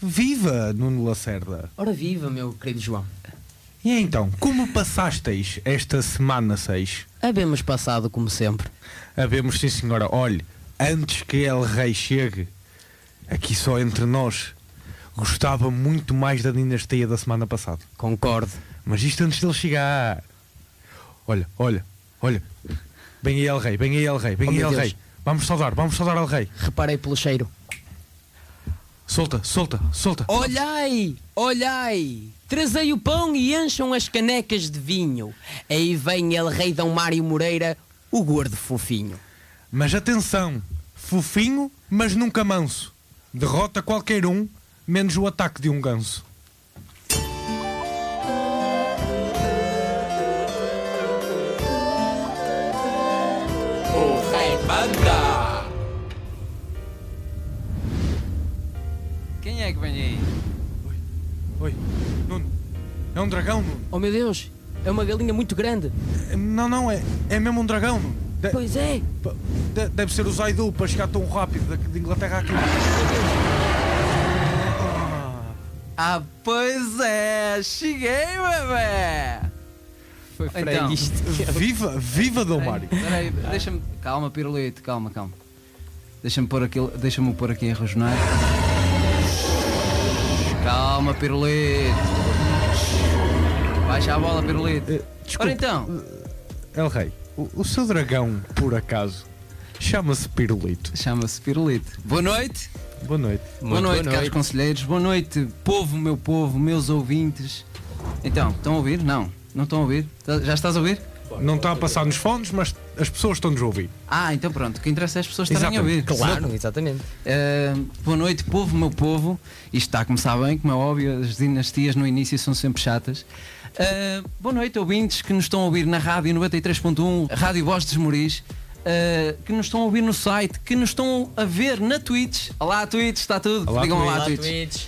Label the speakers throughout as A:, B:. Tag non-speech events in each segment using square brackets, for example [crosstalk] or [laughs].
A: Viva Nuno Lacerda!
B: Ora viva, meu querido João.
A: E então, como passasteis esta semana 6?
B: Habemos passado como sempre.
A: Habemos, sim senhora, olhe, antes que El Rei chegue, aqui só entre nós, gostava muito mais da dinastia da semana passada.
B: Concordo.
A: Mas isto antes dele chegar. Olha, olha, olha. Vem aí El Rei, vem aí El Rei, vem
B: Oh,
A: aí
B: meu
A: El
B: Deus.
A: Rei. Vamos saudar, vamos saudar El Rei.
B: Reparei pelo cheiro.
A: Solta, solta, solta.
B: Olhai, olhai. Trazei o pão e encham as canecas de vinho. Aí vem ele rei Dom Mário Moreira, o gordo fofinho.
A: Mas atenção, fofinho, mas nunca manso. Derrota qualquer um, menos o ataque de um ganso.
C: Quem é que vem aí?
A: Oi, Nuno. É um dragão, Nuno.
B: Oh meu Deus, é uma galinha muito grande.
A: Não, não, é, é mesmo um dragão, Nuno. De-
B: Pois é.
A: de- deve ser o Zaidu para chegar tão rápido daqui- de Inglaterra aqui.
C: Ah, pois é! Cheguei, bebê!
B: Foi
C: Então,
A: Viva, viva Dom Mário.
C: Peraí, deixa-me. Calma, pirulito, calma, calma. Deixa-me pôr aquilo. Deixa-me pôr aqui a rajonar. Calma, pirulito. Baixa a bola, pirulito.
A: Eh,
C: Ora
A: Desculpe,
C: então,
A: El Rei, o, o seu dragão, por acaso, chama-se Pirulito.
C: chama-se pirulito. Boa noite.
A: Boa noite.
C: boa noite, caros conselheiros. Boa noite, povo, meu povo, meus ouvintes. Então, estão a ouvir? Não, não estão a ouvir? Tá- Já estás a ouvir?
A: Não está a passar nos fones, mas as pessoas estão-nos a ouvir.
C: Ah, então pronto, o que interessa é as pessoas estarem a
A: Exatamente,
C: ouvir.
D: Claro, exatamente.
C: Uh, boa noite, povo, meu povo. Isto está a começar bem, como é óbvio, as dinastias no início são sempre chatas. Uh, boa noite, ouvintes que nos estão a ouvir na rádio 93.1, Rádio Voz dos Moris, uh, que nos estão a ouvir no site, que nos estão a ver na Twitch. Olá, Twitch, está tudo?
A: Olá,
C: Digam
D: Olá,
C: olá, Twitch.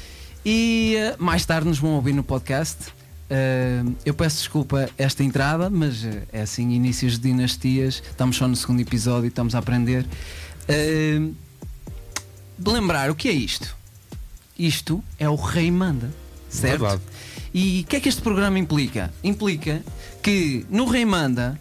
C: E uh, mais tarde nos vão ouvir no podcast. Uh, eu peço desculpa esta entrada, mas uh, é assim, inícios de dinastias. Estamos só no segundo episódio, e estamos a aprender. Uh, de lembrar, o que é isto? Isto é o Rei Manda, certo?
A: Verdade.
C: E o que é que este programa implica? Implica que no Rei Manda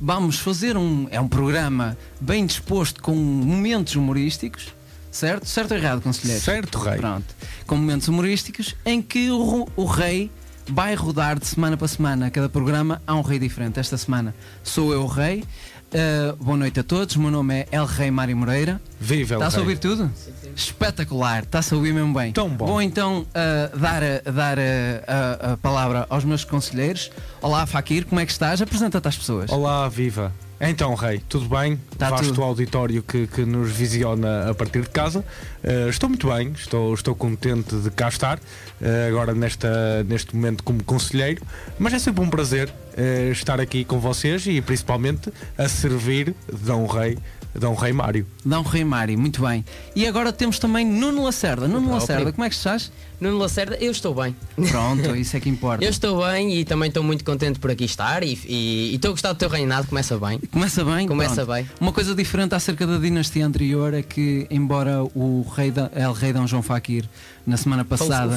C: vamos fazer um. É um programa bem disposto com momentos humorísticos, certo? Certo ou errado, conselheiro?
A: Certo, Rei.
C: Pronto. Com momentos humorísticos em que o, ro- o rei vai rodar de semana para semana. A cada programa há um rei diferente. Esta semana sou eu o rei. Uh, boa noite a todos. O meu nome é El Rei Mário Moreira.
A: Viva El
C: Está-se a
A: Rei.
C: ouvir tudo? Espetacular, está-se a ouvir mesmo bem.
A: Tão bom.
C: Vou então uh, dar, a, dar a, a- a palavra aos meus conselheiros. Olá, Fakir, como é que estás? Apresenta-te às pessoas.
A: Olá, viva. Então, Rei, tudo bem?
C: Tá
A: Vasto
C: tudo.
A: auditório que, que nos visiona a partir de casa. Eh, estou muito bem, estou, estou contente de cá estar, eh, agora nesta, neste momento como conselheiro, mas é sempre um prazer eh, estar aqui com vocês e principalmente a servir Dom Rei, Dão Rei Mário.
C: Dão um Rei Mari, muito bem. E agora temos também Nuno Lacerda. Nuno
B: O
C: Lacerda,
B: próprio.
C: como é que estás?
B: Nuno Lacerda, eu estou bem.
C: Pronto, isso é que importa.
B: Eu estou bem e também estou muito contente por aqui estar e- e e estou a gostar do teu reinado, começa bem.
C: Começa bem?
B: Começa
C: pronto.
B: bem.
C: Uma coisa diferente acerca da dinastia anterior é que, embora o rei, da- El Rei Dom João Fakir, na semana passada.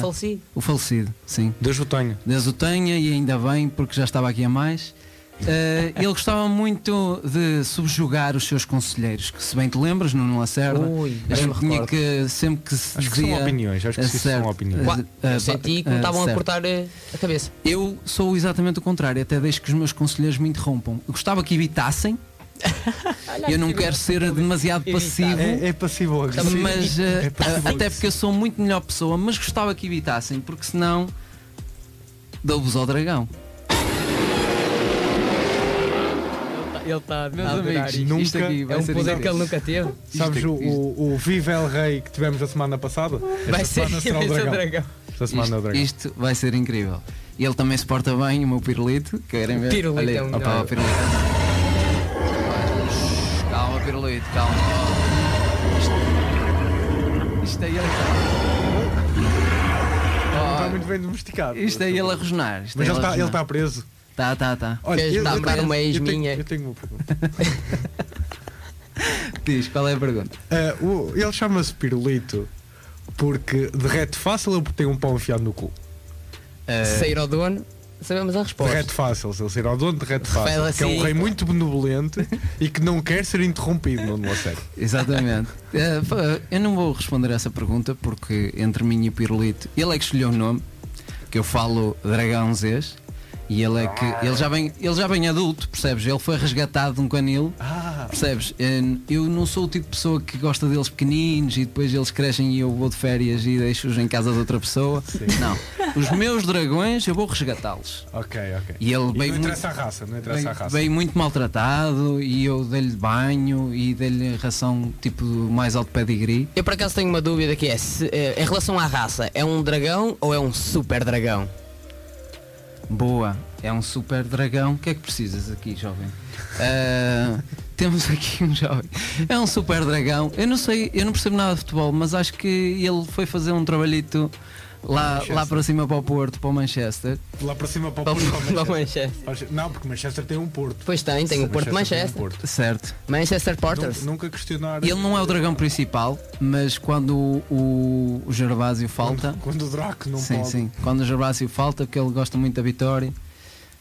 B: Faleci- faleci.
C: O falecido, sim.
A: Deus o tenha.
C: Deus o tenha e ainda bem, porque já estava aqui a mais. Eh, ele gostava muito de subjugar os seus conselheiros, que se bem te lembras, Nuno Lacerda,
B: Ui,
C: a
B: bem
C: gente
B: me
C: tinha
B: recordo.
C: que sempre que se
A: Acho que são
C: dizia-
A: opiniões, acho que
C: eh,
A: isso são
C: certo,
A: opiniões.
C: eh,
B: Qua-
C: eh,
B: Eu senti que me
C: eh,
B: estavam a
C: certo.
B: cortar eh, a cabeça.
C: Eu sou exatamente o contrário, até deixo que os meus conselheiros me interrompam. Eu gostava que evitassem. eu não quero ser demasiado passivo.
A: É, é passível agressivo.
C: Mas eh,
A: é passivo
C: até porque eu sou muito melhor pessoa, mas gostava que evitassem, porque senão dou-vos ao dragão.
B: Ele está
C: Meus amigos, isto
A: nunca
C: aqui vai
A: é um
C: ser
A: poder
C: incrível.
B: nunca teve.
A: Sabes o,
C: Isto-
A: o, o Viva El Rei que tivemos a semana passada? Esta semana será o dragão. Esta semana é o
C: é Isto,
A: dragão.
C: isto vai ser incrível. E ele também se porta bem, o meu pirulito. Querem ver?
B: Pirulito
C: Olha aí,
B: é o
C: opa,
B: melhor.
C: o pirulito. Calma, pirulito, calma. Isto, isto é ele.
A: Está
C: Oh,
A: muito bem domesticado.
C: isto é ele a rosnar.
A: Mas ele está ele tá preso.
C: Tá, tá, tá.
B: Queres
A: eu- eu
B: lembrar
A: tenho-
B: uma ex
A: eu tenho-
B: minha?
A: Eu tenho uma pergunta.
C: Diz, qual é a pergunta?
A: Eh, Ah, o- ele chama-se Pirulito Porque derrete fácil ou porque tem um pau enfiado no cu?
C: Eh,
B: Sair ao dono, sabemos a resposta.
A: Derrete fácil, se ele sair ao dono, derrete fácil.
B: Fala
A: Que é um
B: assim,
A: rei
B: pá.
A: muito benevolente [laughs] e que não quer ser interrompido, não é sério.
C: Exatamente. [laughs] Eh, fa- eu não vou responder essa pergunta porque entre mim e o Pirulito, ele é que escolheu o nome, que eu falo Dragão Zês, e ele é que. Ele já, vem, ele já vem adulto, percebes? Ele foi resgatado de um canil.
B: Ah,
A: Ah.
C: Percebes? Eh, Eu não sou o tipo de pessoa que gosta deles pequeninos e depois eles crescem e eu vou de férias e deixo-os em casa de outra pessoa. Não. Os meus dragões, eu vou resgatá-los.
A: Ok, ok.
C: E
A: E
C: ele veio
A: não
C: muito-
A: interessa a raça, não interessa a raça.
C: Veio muito maltratado e eu dei-lhe banho e dei-lhe ração tipo do mais alto pedigree.
B: Eu por acaso tenho uma dúvida que é, se, eh, em relação à raça, é um dragão ou é um super dragão?
C: Boa, é um super dragão. O que é que precisas aqui, jovem? Ah, [laughs] temos aqui um jovem. É um super dragão. Eu não sei, eu não percebo nada de futebol, mas acho que ele foi fazer um trabalhito lá,
A: Manchester.
C: lá para cima para o Porto, para o Manchester.
A: Lá para cima para o
B: Para o-
A: Porto.
B: para o
A: Manchester. Não, porque Manchester tem um Porto.
B: Pois tem, tem o Porto de Manchester.
A: tem um Porto.
C: Certo.
B: Manchester Porters.
A: Nun- Nunca questionaram.
C: Ele não é o dragão principal, mas quando o, o Gervásio falta.
A: Quando, quando o Draco não
C: sim,
A: pode.
C: sim. Quando o Gervásio falta, porque ele gosta muito da vitória.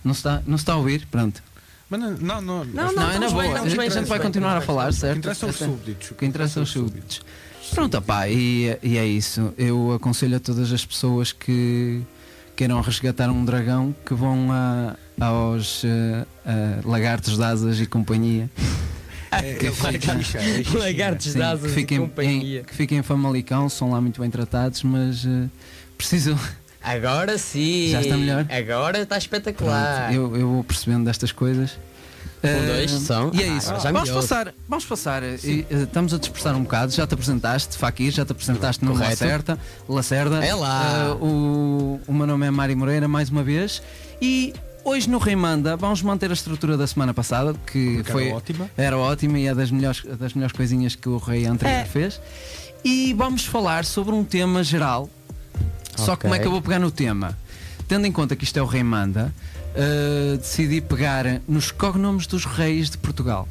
C: Não se está, não se está a ouvir, pronto.
A: Mas não, não. Ah, Não,
B: Não,
C: não, é na
B: estamos
C: boa.
B: bem, estamos bem,
C: a gente
B: estamos
C: vai
B: bem.
C: continuar a falar, certo?
A: O que interessa aos
C: Esta-
A: súbditos.
C: O que interessa aos súbditos. Pronto, pá, e, e é isso. Eu aconselho a todas as pessoas que queiram resgatar um dragão que vão a- aos eh, eh, lagartos de asas e companhia.
A: É,
B: [laughs]
C: Que
A: é
C: fica-
A: xixi, é xixi.
B: Lagartos
C: Sim,
B: de asas
C: que
B: e
C: fiquem,
B: companhia.
C: Em, que fiquem em Famalicão, são lá muito bem tratados, mas eh, precisam.
B: Agora sim.
C: Já está melhor?
B: Agora está espetacular.
C: Pronto, eu, eu vou percebendo destas coisas. Eh,
B: Ah. Um, dois, são.
C: E é isso.
B: Ah, já
C: vamos,
B: melhorou.
C: passar, vamos passar. eh, eh, estamos a dispersar um bocado. Já te apresentaste, Fakir, já te apresentaste no
B: Correto.
C: Lacerda. Lacerda.
B: É lá.
C: Eh, o, o meu nome é Mário Moreira, mais uma vez. E hoje no Reimanda vamos manter a estrutura da semana passada, que
A: Porque
C: foi.
A: era ótima.
C: Era ótima e é das melhores, das melhores coisinhas que o Rei anterior fez. E vamos falar sobre um tema geral. Só
B: Ok.
C: como é que eu vou pegar no tema? Tendo em conta que isto é o Rei Manda, eh, decidi pegar nos cognomes dos reis de Portugal.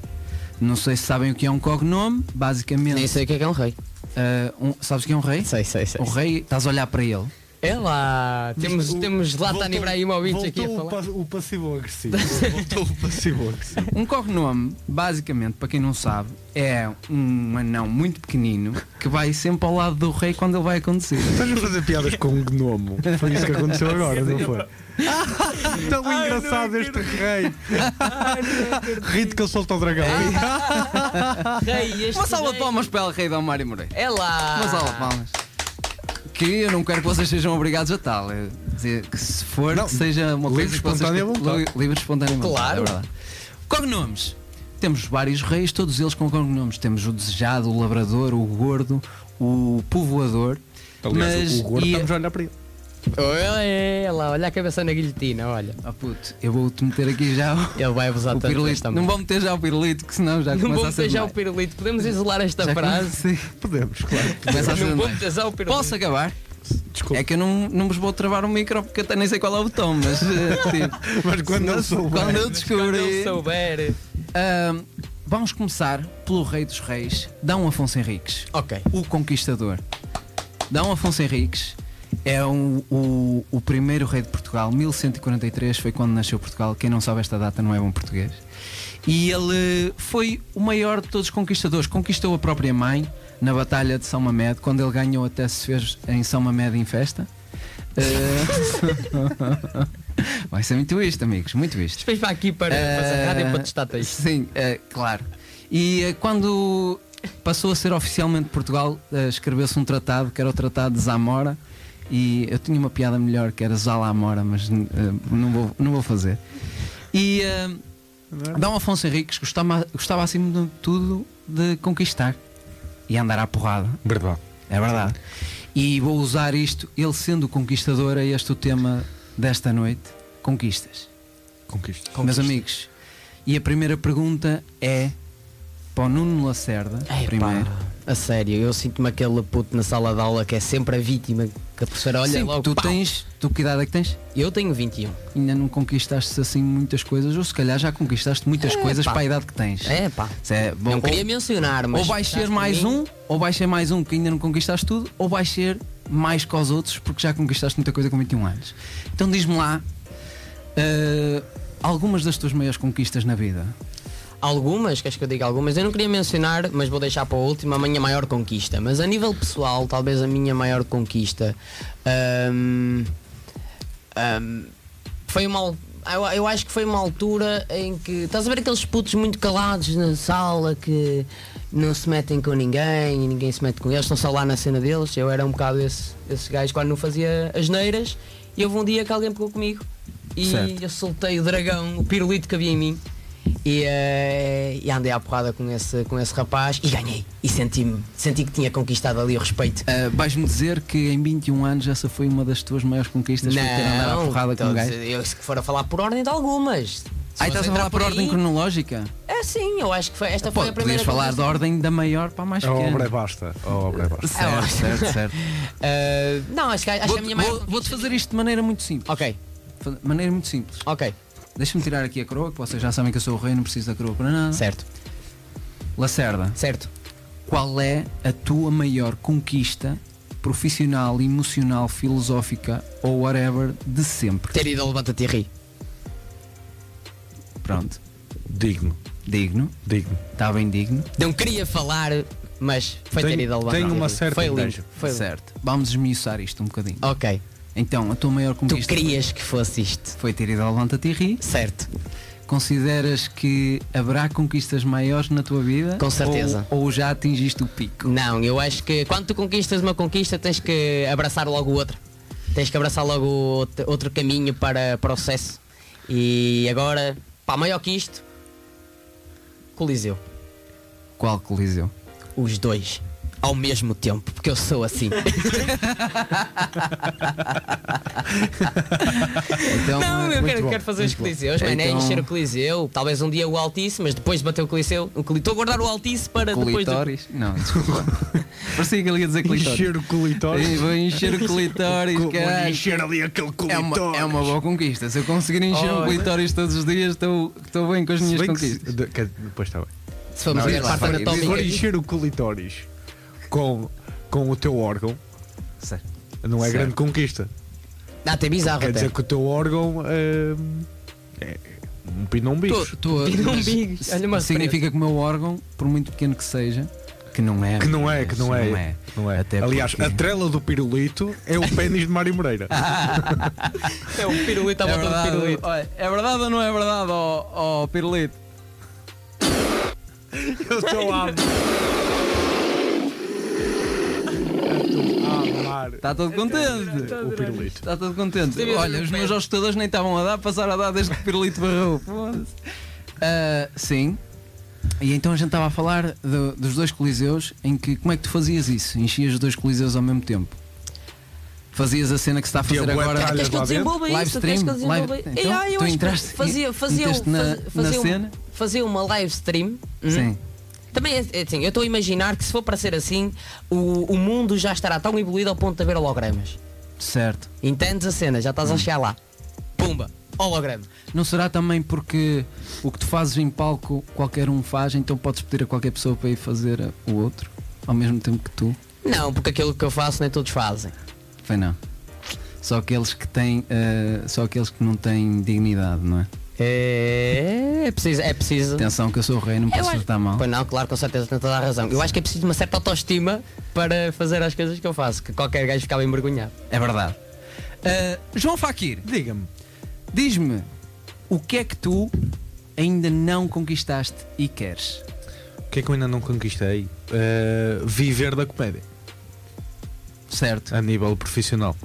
C: Não sei se sabem o que é um cognome,
B: Nem
C: basicamente.
B: sei o que é que é um rei.
C: eh, um- sabes o que é um rei?
B: Sei, sei, sei.
C: O rei, estás a olhar para ele.
B: É lá. Temos,
A: O-
B: temos Zlatan
A: voltou-
B: Ibrahimovic aqui a
A: voltou
B: falar.
A: o pa- O passivo agressivo. Voltou o passivo agressivo.
C: Um cognome, basicamente, para quem não sabe, é um anão muito pequenino que vai sempre ao lado do rei quando ele vai acontecer.
A: Estás a fazer piadas com um gnomo. Foi isso que aconteceu agora, não foi? [laughs] Tão engraçado este rei. Rito que eu solto ao dragão.
B: Rei, este
C: Uma salva de
B: rei.
C: palmas para o rei Dom Mário Moreira.
B: É lá.
C: Uma salva de palmas. Que eu não quero que vocês sejam obrigados a tal. É dizer que se for,
A: Não,
C: que seja uma
A: livre,
C: coisa que vocês-
A: espontânea vontade.
C: li- Livre, espontânea vontade,
B: Claro.
C: é verdade. Cognomes. Temos vários reis, todos eles com cognomes. Temos o Desejado, o Labrador, o Gordo, o Povoador.
A: Aliás,
C: mas
A: o gordo tá
C: e-
A: estamos a olhar para ele.
B: Olha, olha lá, olha a cabeça na guilhotina, olha.
C: Oh puto, eu vou-te meter aqui já o,
B: Ele vai abusar
C: o
B: tanto
C: pirulito.
B: desta
C: Não
B: mulher.
C: vou meter já o pirulito, que senão já
B: Não
C: começa
B: vou
C: a ser
B: meter já o
C: demais.
B: pirulito. Podemos isolar esta
C: Já
B: frase.
C: comecei-
A: Podemos, claro.
C: começa [laughs] a ser
B: Não vou
C: demais.
B: meter já o pirulito.
C: Posso acabar?
A: Desculpa.
C: É que eu não, não vos vou travar o micro porque eu até nem sei qual é o botão, mas eh, tipo,
A: Mas quando
C: se-
A: eu souber.
C: quando eu
B: Quando
C: descobri.
B: eu souber.
C: Ahm, vamos começar pelo rei dos reis, D. Afonso Henriques,
B: Ok.
C: o conquistador. D. Afonso Henriques é um- o, o primeiro rei de Portugal, 1143 foi quando nasceu Portugal. Quem não sabe esta data não é bom português. E ele foi o maior de todos os conquistadores. Conquistou a própria mãe na Batalha de São Mamed, quando ele ganhou até se fez em São Mamed em festa. Ah, [laughs] Vai ser muito isto, amigos, muito isto.
B: Fez para aqui para, para a
C: Eh,
B: rádio para testar isto.
C: Sim, eh, claro. E eh, quando passou a ser oficialmente Portugal, eh, escreveu-se um tratado que era o Tratado de Zamora. E eu tinha uma piada melhor que era Zalamora, mas eh, não, vou, não vou fazer. E eh, Dom Afonso Henriques gostava, gostava acima de tudo de conquistar e andar à porrada.
A: Verdade.
C: É verdade. E vou usar isto, ele sendo o conquistador, é este o tema desta noite: conquistas.
A: Conquista.
C: Meus amigos, e a primeira pergunta é para o Nuno Lacerda,
B: Epá.
C: primeiro.
B: A sério, eu sinto-me aquele puto na sala de aula que é sempre a vítima que a professora olha
C: Sim,
B: logo.
C: tu
B: pau.
C: tens, tu que idade é que tens?
B: Eu tenho 21.
C: Ainda não conquistaste assim muitas coisas, ou se calhar já conquistaste muitas
B: É,
C: coisas
B: pá.
C: para a idade que tens.
B: É pá.
C: Isso é bom.
B: não queria
C: ou,
B: mencionar, mas.
C: ou vais ser
B: estás
C: mais
B: por mim.
C: um, ou vais ser mais um que ainda não conquistaste tudo, ou vais ser mais que os outros porque já conquistaste muita coisa com 21 anos. Então diz-me lá eh, algumas das tuas maiores conquistas na vida.
B: Algumas, queres que eu diga algumas? Eu não queria mencionar, mas vou deixar para a última, a minha maior conquista. Mas a nível pessoal, talvez a minha maior conquista hum, hum, foi uma. al- Eu, eu acho que foi uma altura em que. Estás a ver aqueles putos muito calados na sala que não se metem com ninguém e ninguém se mete com eles, estão só lá na cena deles. Eu era um bocado esse, esse gajo quando não fazia as neiras e houve um dia que alguém pegou comigo e
C: Certo.
B: eu soltei o dragão, o pirulito que havia em mim e, eh, e andei à porrada com esse, com esse rapaz e ganhei. E senti-me, senti que tinha conquistado ali o respeito.
C: Eh, vais-me dizer que em 21 anos essa foi uma das tuas maiores conquistas foi ter andado à porrada com
B: todos-
C: um gajo.
B: Eu, então, se for a falar por ordem de algumas. Se
C: Aí
B: fosse
C: estás a
B: entrar
C: falar por ordem
B: aí,
C: cronológica?
B: É sim, eu acho que foi. Esta foi
C: Pô,
B: a primeira
C: podias falar da
B: conquista.
C: ordem da maior para a mais
A: A obra é
C: pequena.
A: basta. A obra é basta.
C: Certo, certo,
B: [laughs]
C: certo.
B: Eh, não, acho que, acho que a
C: Vou-te
B: minha mãe.
C: vou- vou-te fazer isto de maneira muito simples.
B: Ok,
C: Fa- De maneira muito simples.
B: ok,
C: Deixa-me tirar aqui a coroa, que vocês já sabem que eu sou o rei, não preciso da coroa para nada.
B: certo,
C: Lacerda,
B: certo.
C: qual é a tua maior conquista profissional, emocional, filosófica ou whatever de sempre?
B: Ter ido ao Levanta-te e ri.
C: Pronto.
A: Digno.
C: Digno.
A: Digno.
C: Está bem digno.
B: Não queria falar, mas foi
A: Tenho-
B: ter ido ao Levanta-te
A: tenho
B: e
A: uma
B: Ri.
A: certa
B: Foi
A: inveja.
B: lindo. Foi lindo.
C: certo. Vamos esmiuçar isto um bocadinho.
B: Ok.
C: Então, a tua maior
B: Tu
C: conquista
B: querias que fosse isto.
C: foi ter ido ao Levanta-te e ri.
B: Certo.
C: Consideras que haverá conquistas maiores na tua vida?
B: Com certeza.
C: Ou, ou já atingiste o pico?
B: Não, eu acho que quando tu conquistas uma conquista tens que abraçar logo o outro. Tens que abraçar logo outro, outro caminho para, para o sucesso. E agora, pá, maior que isto, Coliseu.
C: Qual coliseu?
B: Os dois. Ao mesmo tempo, porque eu sou assim. [laughs]
C: Então,
B: não, eu
C: muito
B: quero,
C: bom,
B: quero fazer os
C: muito bom.
B: Coliseus, mané,
C: Então,
B: encher o Coliseu. Talvez um dia o Altice, mas depois de bater o Coliseu. o Coli- Estou a guardar o Altice para depois. do-
C: Clitóris?
B: [laughs]
C: Não, desculpa. Parecia que ele ia dizer clitóris.
A: Encher o colitóris.
C: Ei, Vou encher o
B: [laughs]
C: clitóris,
A: Vou
C: caralho.
A: encher ali aquele
C: É uma,
A: colitóris.
C: é uma boa conquista. Se eu conseguir encher o
A: Olha.
C: clitóris todos os dias, estou estou bem com as
A: Se
C: minhas
A: bem que se-
C: conquistas.
A: de- que- Depois está bem.
B: Se formos
C: Não,
B: ver
C: é
B: a
C: lá,
B: parte
C: vai,
A: Se for
B: anatómica.
A: encher o colitóris com, com o teu órgão,
C: Certo.
A: não é
C: Certo.
A: grande conquista.
B: Dá até bizarro
A: Quer
B: até.
A: dizer que o teu órgão hum, é um pinão bicho.
C: Tu-
B: Tira um
C: mas
B: bigo,
C: s-
B: olha uma
C: significa que o meu órgão, por muito pequeno que seja, que não é.
A: Que não é, que não é. não é.
C: Até
A: Aliás,
C: porque-
A: a trela do pirulito é o pênis de Mário
C: [laughs]
A: Moreira.
B: É o pirulito à
C: é,
B: volta do
C: verdade,
B: pirulito.
C: olha, é verdade ou não é verdade, ó oh, Pirulito?
A: Eu estou a amar. Eu estou a amar.
C: Está Tá todo contente?
A: O pirulito.
C: Está todo contente.
B: Sabia
C: Olha,
A: um
B: dizer
C: os
B: bem.
C: meus hostadores nem estavam a dar, passaram a dar desde que o Pirulito barrou. Foda-se. Ah, sim. E então a gente estava a falar do- dos dois coliseus em que como é que tu fazias isso? Enchias os dois coliseus ao mesmo tempo? Fazias a cena que se está a fazer
A: Tinha bué
C: agora.
A: tralha
B: Queres que eu
A: lá dentro.
B: desenvolva
C: Live
B: isso? Queres que eu
C: stream,
B: desenvolva
C: live-
B: isso?
C: então,
B: Ah, eu
C: tu
B: acho que
C: entraste-
B: fazia, fazia,
C: meteste
B: um-
C: na-
B: faz-
C: na
B: fazia um-
C: cena?
B: fazia uma live stream. hum?
C: Sim.
B: Também é, é assim, eu estou a imaginar que se for para ser assim, o, o mundo já estará tão evoluído ao ponto de haver hologramas.
C: Certo.
B: Entendes a cena, já
C: Hum.
B: estás a chegar lá. Pumba, holograma.
C: Não será também porque o que tu fazes em palco qualquer um faz, então podes pedir a qualquer pessoa para ir fazer a- o outro ao mesmo tempo que tu?
B: Não, porque aquilo que eu faço nem todos fazem.
C: Foi não. Só aqueles que têm, eh, só aqueles que não têm dignidade, não é?
B: É, é preciso. É preciso.
C: Atenção que eu sou o rei, não
B: Eu
C: posso
B: acho-
C: acertar mal.
B: Pois não, claro, com certeza tem toda a razão. Eu acho que é preciso uma certa autoestima para fazer as coisas que eu faço, que qualquer gajo ficava envergonhado.
C: É verdade. Eh, João Faquir,
A: Diga-me,
C: diz-me o que é que tu ainda não conquistaste e queres?
A: o que é que eu ainda não conquistei? Uh, viver da comédia
C: Certo?
A: a nível profissional.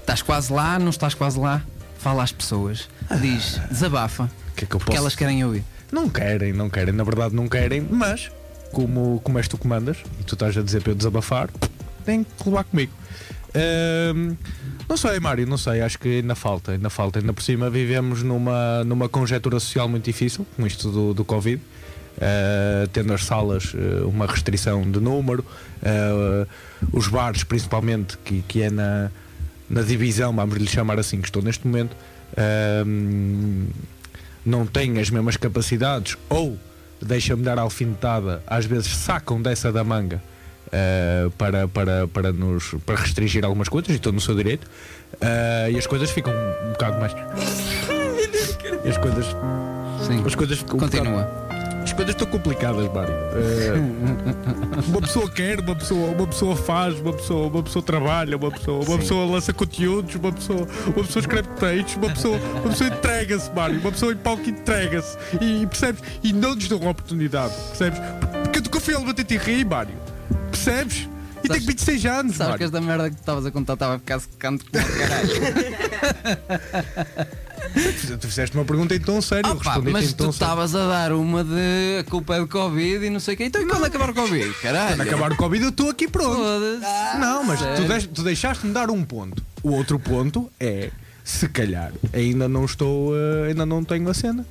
C: Estás quase lá, não estás quase lá? Fala às pessoas, diz, desabafa,
A: O que é que eu
C: porque
A: posso?
C: elas querem ouvir.
A: Não querem, não querem, na verdade não querem, mas como, como és tu que mandas e tu estás a dizer para eu desabafar, tem que levar comigo. Ahm, não sei, Mário, não sei, acho que ainda falta, ainda falta. Ainda por cima vivemos numa, numa conjetura social muito difícil, com isto do, do Covid. eh, tendo as salas eh, uma restrição de número, eh, os bares, principalmente, que, que é na, na divisão, vamos lhe chamar assim, que estou neste momento, eh, não têm as mesmas capacidades ou, deixa-me dar a alfinetada, às vezes sacam dessa da manga. eh, para, para, para, nos, para restringir algumas coisas, e estou no seu direito, eh, e as coisas ficam um bocado [laughs] mais. E as coisas
C: Sim.
A: as coisas ficam um
C: Continua.
A: bocado- As coisas estão complicadas, Mário.
C: [laughs]
A: Eh, uma pessoa quer, uma pessoa, uma pessoa faz, uma pessoa, uma pessoa trabalha, uma pessoa, uma pessoa lança conteúdos, uma pessoa, uma pessoa escreve textos, uma pessoa, uma pessoa entrega-se, Mário. Uma pessoa em palco entrega-se. E, e percebes? E não lhes dão a oportunidade, percebes? Porque eu nunca fui a levantar e rir, Mário. Percebes? E tenho
C: Sabes-
A: 26 anos,
C: Sabes que
A: Mário.
C: esta merda que tu estavas a contar estava a ficar secante como o caralho.
A: Tu fizeste uma pergunta em tom sério, eu
C: Opa,
A: respondi-te
C: Ah, mas
A: em
C: tu tá-
A: tom sério.
C: estavas a dar uma de a culpa é do Covid e não é sei o quê. Então e quando acabar o Covid? Caralho.
A: Quando acabar o Covid, eu estou aqui pronto.
C: Foda-se.
A: Não, mas tu,
C: sério?
A: deix- tu deixaste-me dar um ponto. O outro ponto é, se calhar, ainda não estou, eh, ainda não tenho a cena.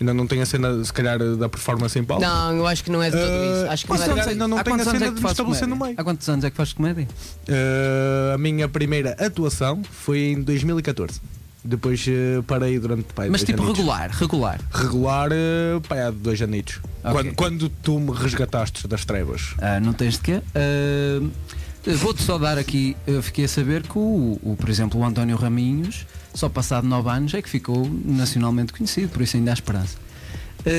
A: Ainda não tenho a cena, se calhar, da performance em palco.
B: Não, eu acho que não é de todo
A: Eh,
B: isso. Acho que
A: posso
B: não é
A: dizer- ainda não
C: Há
A: tenho a
C: quantos anos
A: cena
C: é que
A: de
C: tu
A: me
C: fazes
A: estabelecer no
C: comédia?
A: meio.
C: Há quantos anos é que fazes comédia?
A: Eh, a minha primeira atuação foi em 2014. Depois eh, parei durante pá,
C: Mas
A: dois
C: tipo
A: anitos.
C: regular, regular.
A: Regular, eh, pá, há dois anitos.
C: Ok.
A: Quando, quando tu me resgataste das trevas.
C: Ah, não tens de quê? Ah, Vou-te só dar aqui, eu fiquei a saber que o, o, por exemplo, o António Raminhos, só passado 9 anos, é que ficou nacionalmente conhecido, por isso ainda há esperança. Ah,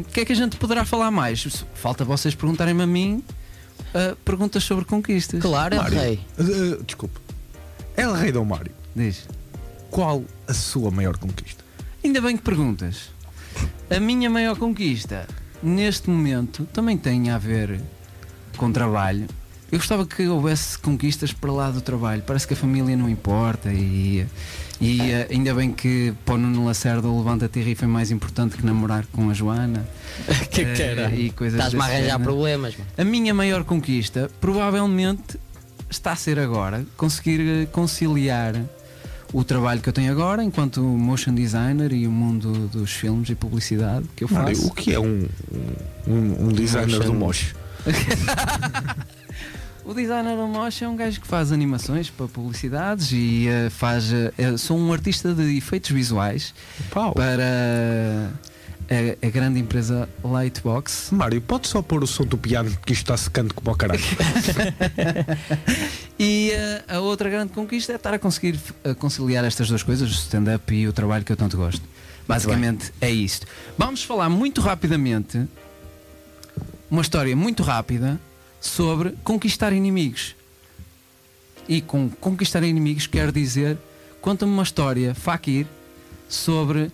C: O que é que a gente poderá falar mais? Falta vocês perguntarem-me a mim ah, perguntas sobre conquistas.
B: Claro, é
A: Mário,
C: [laughs]
B: rei.
A: eh, desculpe. El Rei Dom Mário,
C: Diz.
A: qual a sua maior conquista?
C: Ainda bem que perguntas. A minha maior conquista neste momento também tem a ver com trabalho. Eu gostava que houvesse conquistas para lá do trabalho. Parece que a família não importa e, e, eh, ainda bem que para o Nuno Lacerda o Levanta-te e Ri foi mais importante que namorar com a Joana.
B: Que
C: eh,
B: caralho.
C: E coisas
B: Estás-me a
C: desse
B: arranjar
C: género.
B: problemas, mano.
C: A minha maior conquista provavelmente está a ser agora conseguir eh, conciliar o trabalho que eu tenho agora enquanto motion designer e o mundo dos filmes e publicidade que eu faço.
A: Mário, o que é um, um, um designer
B: Motion.
A: do Mosh?
C: O designer do motion é um gajo que faz animações para publicidades e eh, faz. eh, eu sou um artista de efeitos visuais
A: Pau.
C: para a, a grande empresa Lightbox.
A: Mário, pode só pôr o som do piano porque isto está secando como ao caralho.
C: E eh, a outra grande conquista é estar a conseguir eh, conciliar estas duas coisas, o stand-up e o trabalho que eu tanto gosto. Basicamente é isto. Vamos falar muito rapidamente, uma história muito rápida, sobre conquistar inimigos. E com conquistar inimigos quero dizer, conta-me uma história, Fakir, sobre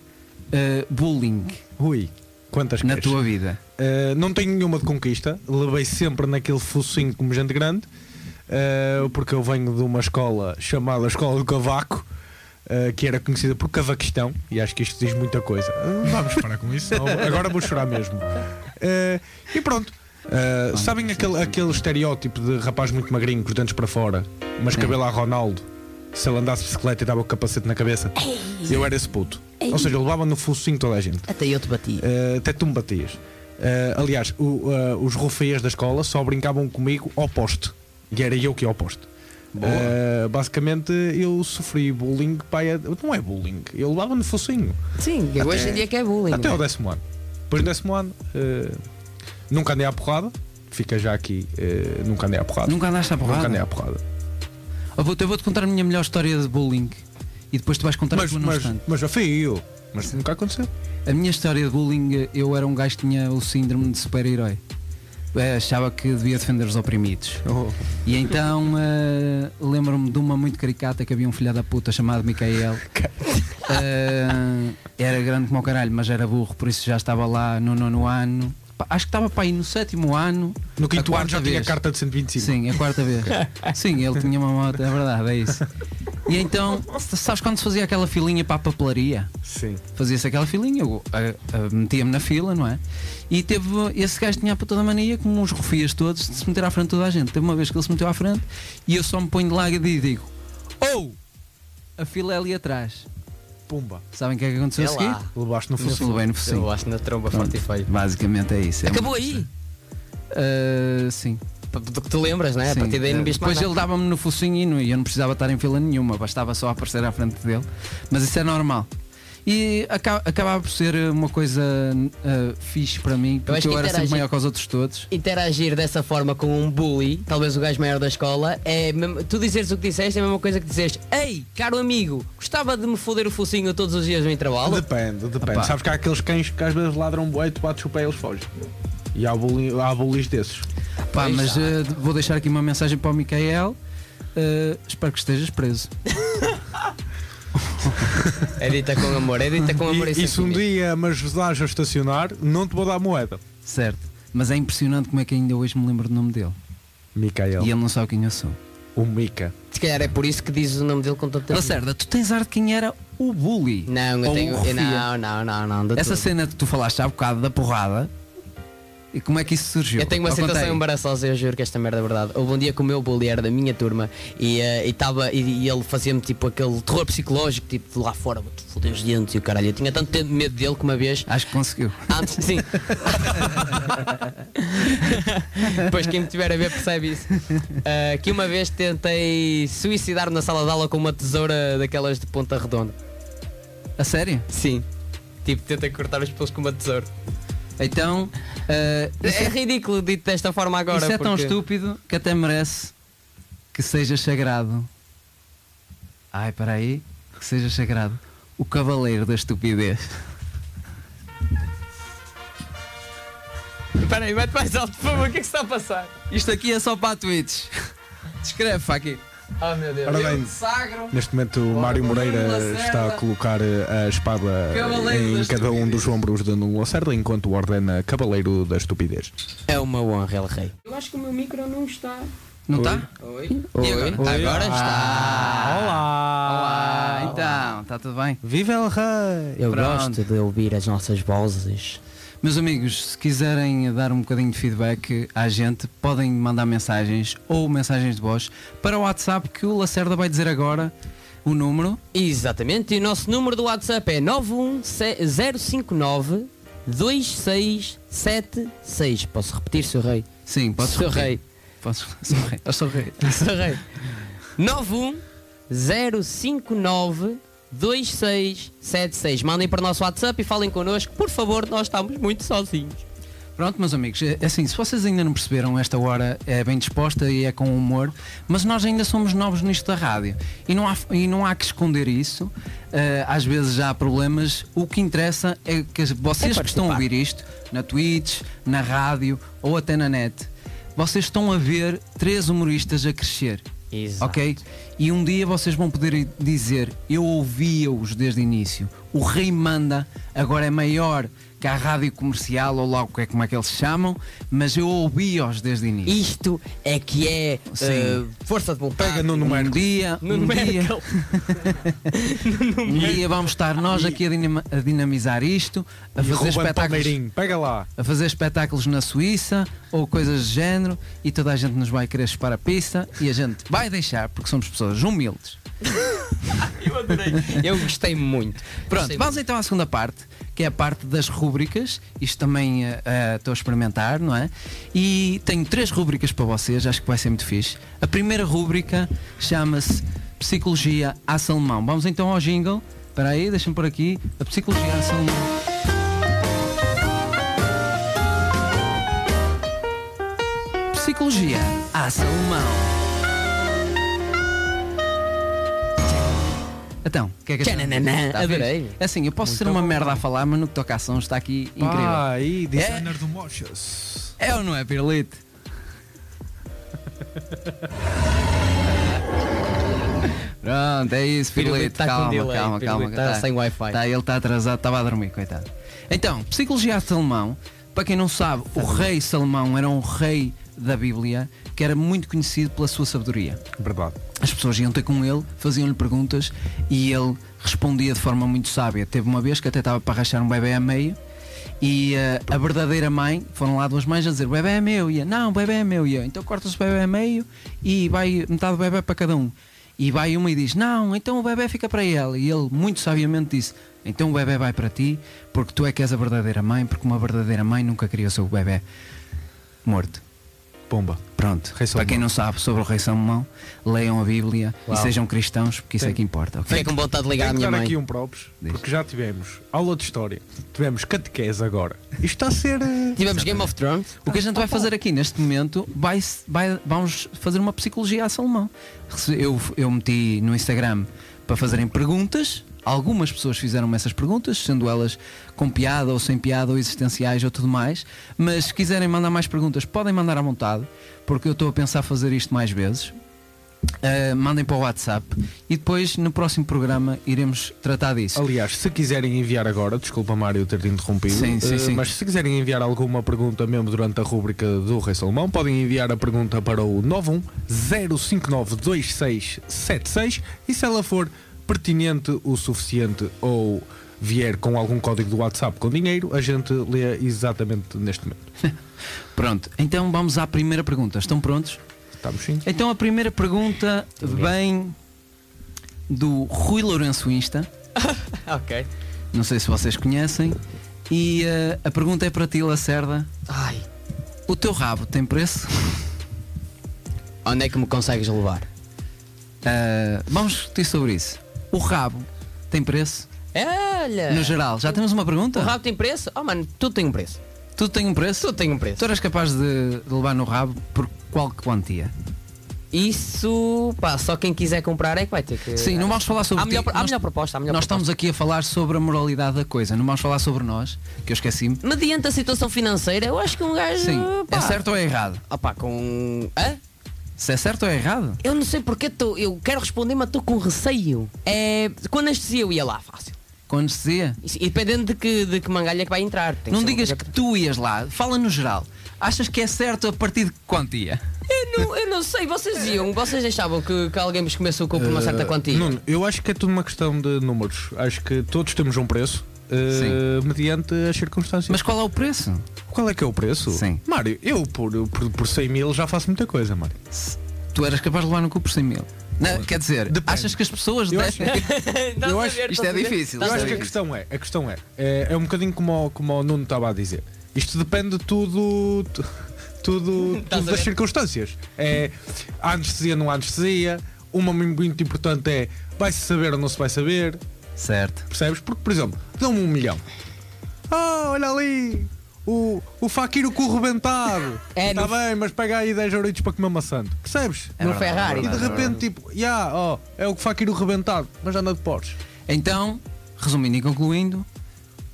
C: eh, bullying
A: Ui, quantas
C: na
A: queres?
C: tua vida.
A: Uh, não tenho nenhuma de conquista, levei sempre naquele focinho como gente grande, uh, porque eu venho de uma escola chamada Escola do Cavaco, uh, que era conhecida por Cavaquistão, e acho que isto diz muita coisa. Uh, vamos parar com isso, senão [laughs] agora vou chorar mesmo. Uh, e pronto. Uh, sabem aquele, aquele estereótipo de rapaz muito magrinho, com os dentes para fora, mas cabelo a Ronaldo? Se ele andasse de bicicleta e dava o capacete na cabeça, eu era esse puto. Ou seja, eu levava no focinho toda a gente.
B: Até eu te bati.
A: Eh, até tu me batias. Eh, aliás, o, eh, os rufias da escola só brincavam comigo ao poste. E era eu que ia ao poste. Eh, basicamente, eu sofri bullying. Pai, não é bullying, eu levava no focinho.
B: Sim, eu hoje em dia que é bullying.
A: Até
B: não
A: ao
B: é?
A: décimo ano. Depois do décimo ano, eh, nunca andei à porrada. Fica já aqui, eh, nunca andei à porrada.
C: Nunca andaste à
A: Nunca
C: porrada?
A: andei à porrada.
C: Eu vou- eu vou-te contar a minha melhor história de bullying e depois tu vais contar a
A: Mas,
C: tua num
A: mas,
C: instante.
A: mas já fui eu. Mas nunca aconteceu.
C: A minha história de bullying, eu era um gajo que tinha o síndrome de super-herói. Eh, Achava que devia defender os oprimidos.
A: Oh.
C: E então eh, lembro-me de uma muito caricata que havia um filho da puta
A: [laughs]
C: chamado Micael. Eh, era grande como o caralho, mas era burro, por isso já estava lá no nono ano. Pá, Acho que estava para aí no sétimo ano.
A: No
C: a
A: quinto ano
C: quarta
A: já tinha
C: vez.
A: carta de 125.
C: Sim, a
A: [laughs]
C: quarta vez. Sim, ele tinha uma moto, é verdade, é isso. E então, sabes quando se fazia aquela filinha para a papelaria?
A: Sim.
C: fazia-se aquela filinha, eu ah, ah, metia-me na fila, não é? E teve, esse gajo tinha a puta da mania, como uns rufias todos, de se meter à frente de toda a gente. Teve uma vez que ele se meteu à frente e eu só me ponho de lado e digo: Ou! a fila é ali atrás.
A: Pumba.
C: Sabem o que é que aconteceu
B: É
C: a seguir?
B: lá.
A: Levaste no
C: Funciona
A: focinho.
C: bem no
B: Eu
C: focinho.
B: acho na tromba forte e feio.
C: Basicamente é isso. é
B: Acabou
C: muito
B: aí.
C: estranho. Ah, sim.
B: P- Do que te lembras, né? A
C: Sim,
B: partir daí não
C: eh,
B: viste mais.
C: Depois ele dava-me no focinho e não- eu não precisava estar em fila nenhuma, bastava só aparecer à frente dele. Mas isso é normal. E aca- acabava por ser eh, uma coisa eh, fixe para mim,
B: acho
C: porque
B: que
C: eu, era sempre
B: interagir-
C: maior que os outros todos.
B: interagir dessa forma com um bully, talvez o gajo maior da escola, é mesmo- tu dizeres o que disseste é a mesma coisa que dizeste Ei, caro amigo, gostava de me foder o focinho todos os dias no intervalo?
A: Depende, depende.
C: Epá.
A: Sabes que há aqueles cães que às vezes ladram boi, tu bates o pé e eles fogem. E há, bullying, há bullies desses.
C: Pá,
B: Pois
C: mas
B: está.
C: eh, de- vou deixar aqui uma mensagem para o Micael. eh, espero que estejas preso.
B: É dita com amor, é dita com amor
A: E, e se um
B: sentimento.
A: dia me ajudares a estacionar, não te vou dar moeda.
C: Certo. Mas é impressionante como é que ainda hoje me lembro do nome dele.
A: Micael,
C: E ele não sabe quem eu sou.
A: o Mica.
B: Se calhar é por isso que dizes o nome dele com tanta
C: Então, Lacerda, tu tens ar de quem era o bully.
B: Não, eu
C: Ou o
B: tenho.
C: refia.
B: eu Não, não, não, não. de
C: Essa
B: tudo.
C: cena que tu falaste há bocado da porrada. E como é que isso surgiu?
B: Eu tenho uma
C: Ao
B: situação
C: contrário.
B: embaraçosa, eu juro que esta merda é verdade. Houve um dia que o meu bully era da minha turma e, eh, e, tava, e, e ele fazia-me tipo aquele terror psicológico, tipo de lá fora, vou-te foder os dentes e o caralho. Eu tinha tanto te- medo dele que uma vez
C: Acho que conseguiu.
B: Antes, Ah, sim. Depois quem me tiver a ver percebe isso. Ah, que uma vez tentei suicidar-me na sala de aula com uma tesoura daquelas de ponta redonda.
C: A sério?
B: Sim. Tipo, tentei cortar os pelos com uma tesoura.
C: Então, eh,
B: É ridículo dito desta forma agora.
C: isso é tão
B: porque-
C: estúpido que até merece que seja sagrado. Ai, peraí. Que seja sagrado. O cavaleiro da estupidez.
B: Espera aí, mete mais alto, por favor, o que é que se está a passar?
C: Isto aqui é só para tweets. Descreve, Faki.
B: Oh meu Deus.
A: Ora bem,
C: Sagro.
A: neste momento o
C: Ora,
A: Mário
C: Nuno
A: Moreira
C: Lacerda.
A: está a colocar eh, a espada
C: Cavaleiro da
A: em cada um
C: estupidez.
A: dos ombros de Nuno Lacerda enquanto ordena Cavaleiro da Estupidez.
B: É uma honra, El Rei. tá?
D: Eu acho que o meu micro não está.
C: Não está?
B: Oi? Ah.
A: Oi.
B: E agora?
A: Oi.
B: Agora está.
A: Olá!
C: Ah, então, está tudo bem?
A: Viva El Rei!
B: Eu
C: Pronto.
B: gosto de ouvir as nossas vozes.
C: Meus amigos, se quiserem dar um bocadinho de feedback à gente, podem mandar mensagens ou mensagens de voz para o WhatsApp que o Lacerda vai dizer agora o número.
B: Exatamente, e o nosso número do WhatsApp é 91059 2676. Posso repetir, Sr. Rei?
C: Sim, podes
B: Sr.
C: repetir.
B: Rei.
C: Posso? Sou rei. Eu sou rei.
B: Sr. Rei. [laughs] 91059 2676. Mandem para o nosso WhatsApp e falem connosco, por favor, nós estamos muito sozinhos.
C: Pronto, meus amigos, é- é assim, se vocês ainda não perceberam, esta hora é bem disposta e é com humor, mas nós ainda somos novos nisto da rádio e não há, e não há que esconder isso. Eh, às vezes já há problemas. O que interessa é que as- vocês que estão a ouvir isto, na Twitch, na rádio ou até na net, vocês estão a ver três humoristas a crescer.
B: Exato.
C: Ok? E um dia vocês vão poder i- dizer: Eu ouvia-os desde o início. O Rei Manda agora é maior que a rádio comercial, ou lá o que é, como é que eles se chamam, mas eu ouvia-os desde o início.
B: Isto é que é
C: Sim.
B: eh, força de vontade.
A: Pega no
C: um
A: número.
C: dia,
B: No
C: um dia,
B: Merkel.
C: um dia vamos estar nós aqui a, dinama- a dinamizar isto, a fazer,
A: Ruben
C: espetáculos,
A: Palmeirinho, pega lá.
C: a fazer espetáculos na Suíça ou coisas do género, e toda a gente nos vai querer chupar a pista e a gente vai deixar, porque somos pessoas humildes.
B: Eu adorei. Eu gostei muito.
C: Pronto, vamos então à segunda parte, que é a parte das rúbricas. Isto também eh, eh, estou a experimentar, não é? E tenho três rúbricas para vocês, acho que vai ser muito fixe. A primeira rúbrica chama-se Psicologia à Salmão. Vamos então ao jingle. Espera aí, deixa-me por aqui. A Psicologia à Salmão. Psicologia à Salmão. Então, o que é que acham?
B: Tchananã,
C: Está fixe?
B: adorei.
C: É assim, eu posso ser uma merda a falar, mas no que toca a som está aqui incrível.
A: Ah, aí, designer do Mochas.
C: É ou não é, Pirulito? Pronto, é isso,
B: Pirulito
C: Pirulito.
B: tá com
C: calma,
B: delay,
C: calma,
B: Pirulito
C: calma.
B: tá sem Wi-Fi.
C: Tá, ele está atrasado, estava a dormir, coitado. Então, Psicologia de Salomão, para quem não sabe, o rei Salomão era um rei da Bíblia que era muito conhecido pela sua sabedoria.
A: Verdade.
C: As pessoas iam ter com ele, faziam-lhe perguntas e ele respondia de forma muito sábia. Teve uma vez que até estava para rachar um bebê a meio e eh, a verdadeira mãe, foram lá duas mães a dizer: o bebê é meu, e eu, não, o bebê é meu, e eu, então cortas o bebê a meio e vai metade do bebê para cada um. E vai uma e diz: Não, então o bebê fica para ela. E ele, muito sabiamente, disse: Então o bebê vai para ti, porque tu é que és a verdadeira mãe, porque uma verdadeira mãe nunca criou seu bebê morto.
A: Pomba.
C: Pronto.
A: Rei Salomão.
C: Para quem não sabe sobre o Rei Salomão, leiam a Bíblia
B: Uau.
C: e sejam cristãos, porque isso
A: Tem-
C: é que importa. ok?
B: Fiquei com vontade de ligar à
A: Tenho que
B: minha
A: dar
B: mãe.
A: aqui um props,
C: Diz.
A: porque já tivemos aula de história, tivemos catequese agora. Isto está a ser. eh,
B: Tivemos Game of
C: [laughs]
B: Thrones.
C: O que a gente vai fazer aqui neste momento vai, vai- vamos fazer uma psicologia a Salomão. Rece- Eu, eu meti no Instagram para fazerem perguntas. Algumas pessoas fizeram-me essas perguntas, sendo elas com piada ou sem piada ou existenciais ou tudo mais. Mas se quiserem mandar mais perguntas, podem mandar à vontade, porque eu estou a pensar fazer isto mais vezes. Ah, mandem para o WhatsApp e depois no próximo programa iremos tratar disso.
A: Aliás, se quiserem enviar agora, desculpa Mário ter te interrompido,
C: Sim, sim,
A: eh,
C: sim.
A: mas se quiserem enviar alguma pergunta mesmo durante a rúbrica do Rei Salomão, podem enviar a pergunta para o 910592676 e se ela for pertinente o suficiente ou vier com algum código do WhatsApp com dinheiro, a gente lê exatamente neste momento.
C: Pronto, então vamos à primeira pergunta. Estão prontos?
A: Estamos sim?
C: Então a primeira pergunta vem do Rui Lourenço Insta.
B: ok.
C: Não sei se vocês conhecem. E eh, a pergunta é para ti, Lacerda.
B: Ai,
C: O teu rabo tem preço?
B: onde é que me consegues levar?
C: Eh, vamos discutir sobre isso. O rabo tem preço?
B: É, Olha!
C: No geral, já temos uma pergunta?
B: Eh, O rabo tem preço? Oh mano, tudo tem um preço.
C: Tudo tem um preço?
B: Tudo tem um preço.
C: Tu eras capaz de, de levar no rabo por qual quantia?
B: Isso, pá, só quem quiser comprar é que vai ter que.
C: Sim, não vamos falar sobre
B: Há
C: ti.
B: melhor- há
C: Nós-
B: melhor proposta, há melhor
C: Nós
B: proposta.
C: estamos aqui a falar sobre a moralidade da coisa, não vamos falar sobre nós, que eu esqueci-me.
B: Mediante a situação financeira, eu acho que um gajo.
C: Sim,
B: pá,
C: é certo ou é errado?
B: Ah pá, com. Hã?
C: Se é certo ou é errado?
B: Eu não sei porque tô, eu quero responder, mas estou com receio. É. Com anestesia eu ia lá, fácil.
C: Com anestesia?
B: Isso, e dependendo de que, de que mangalha é que vai entrar. Tem
C: Não
B: ser uma
C: digas
B: coisa
C: que tu ias lá, fala no geral. Achas que é certo a partir de que quantia?
B: Eu não, eu não sei, vocês iam, vocês deixavam que, que alguém vos comesse o cu por uma
C: Eh,
B: certa quantia.
A: Nuno, eu acho que é tudo uma questão de números. Acho que todos temos um preço. eh, mediante as circunstâncias.
C: Mas qual é o preço?
A: Qual é que é o preço?
C: Sim.
A: Mário, eu por, por, por 100 mil já faço muita coisa, Mário.
C: Se Tu eras capaz de levar no cu por 100 mil. Não, quer dizer,
A: Depende.
C: achas que as pessoas
A: Eu
C: devem.
B: Estás
A: eu
B: a
A: acho-
B: ver,
C: isto
B: estás
C: é
B: a ver?
C: difícil,
A: Eu
B: Estás a
A: acho que
B: ver?
A: a questão é, a questão é, é, é um bocadinho como, o- como o Nuno estava a dizer. Isto depende tudo, tu- [laughs] tudo,
B: Estás
A: tudo
B: a
A: das
B: ver?
A: circunstâncias. É, há anestesia, não há anestesia. Uma muito importante é vai-se saber ou não se vai saber.
C: [laughs] Certo.
A: Percebes? Porque, por exemplo, dão-me um milhão. Ah, olha ali! O, o faquiro com o rebentado.
B: É,
A: Está
B: no-
A: bem, mas pega aí 10 euritos para comer maçã. Percebes?
C: É
B: No
C: verdade,
B: Ferrari.
A: E
C: é
A: de
C: verdade, é
A: repente, tipo, já, ó, é o que faz aqui no rebentado, mas anda de Porsche.
C: verdade. Então, resumindo e concluindo,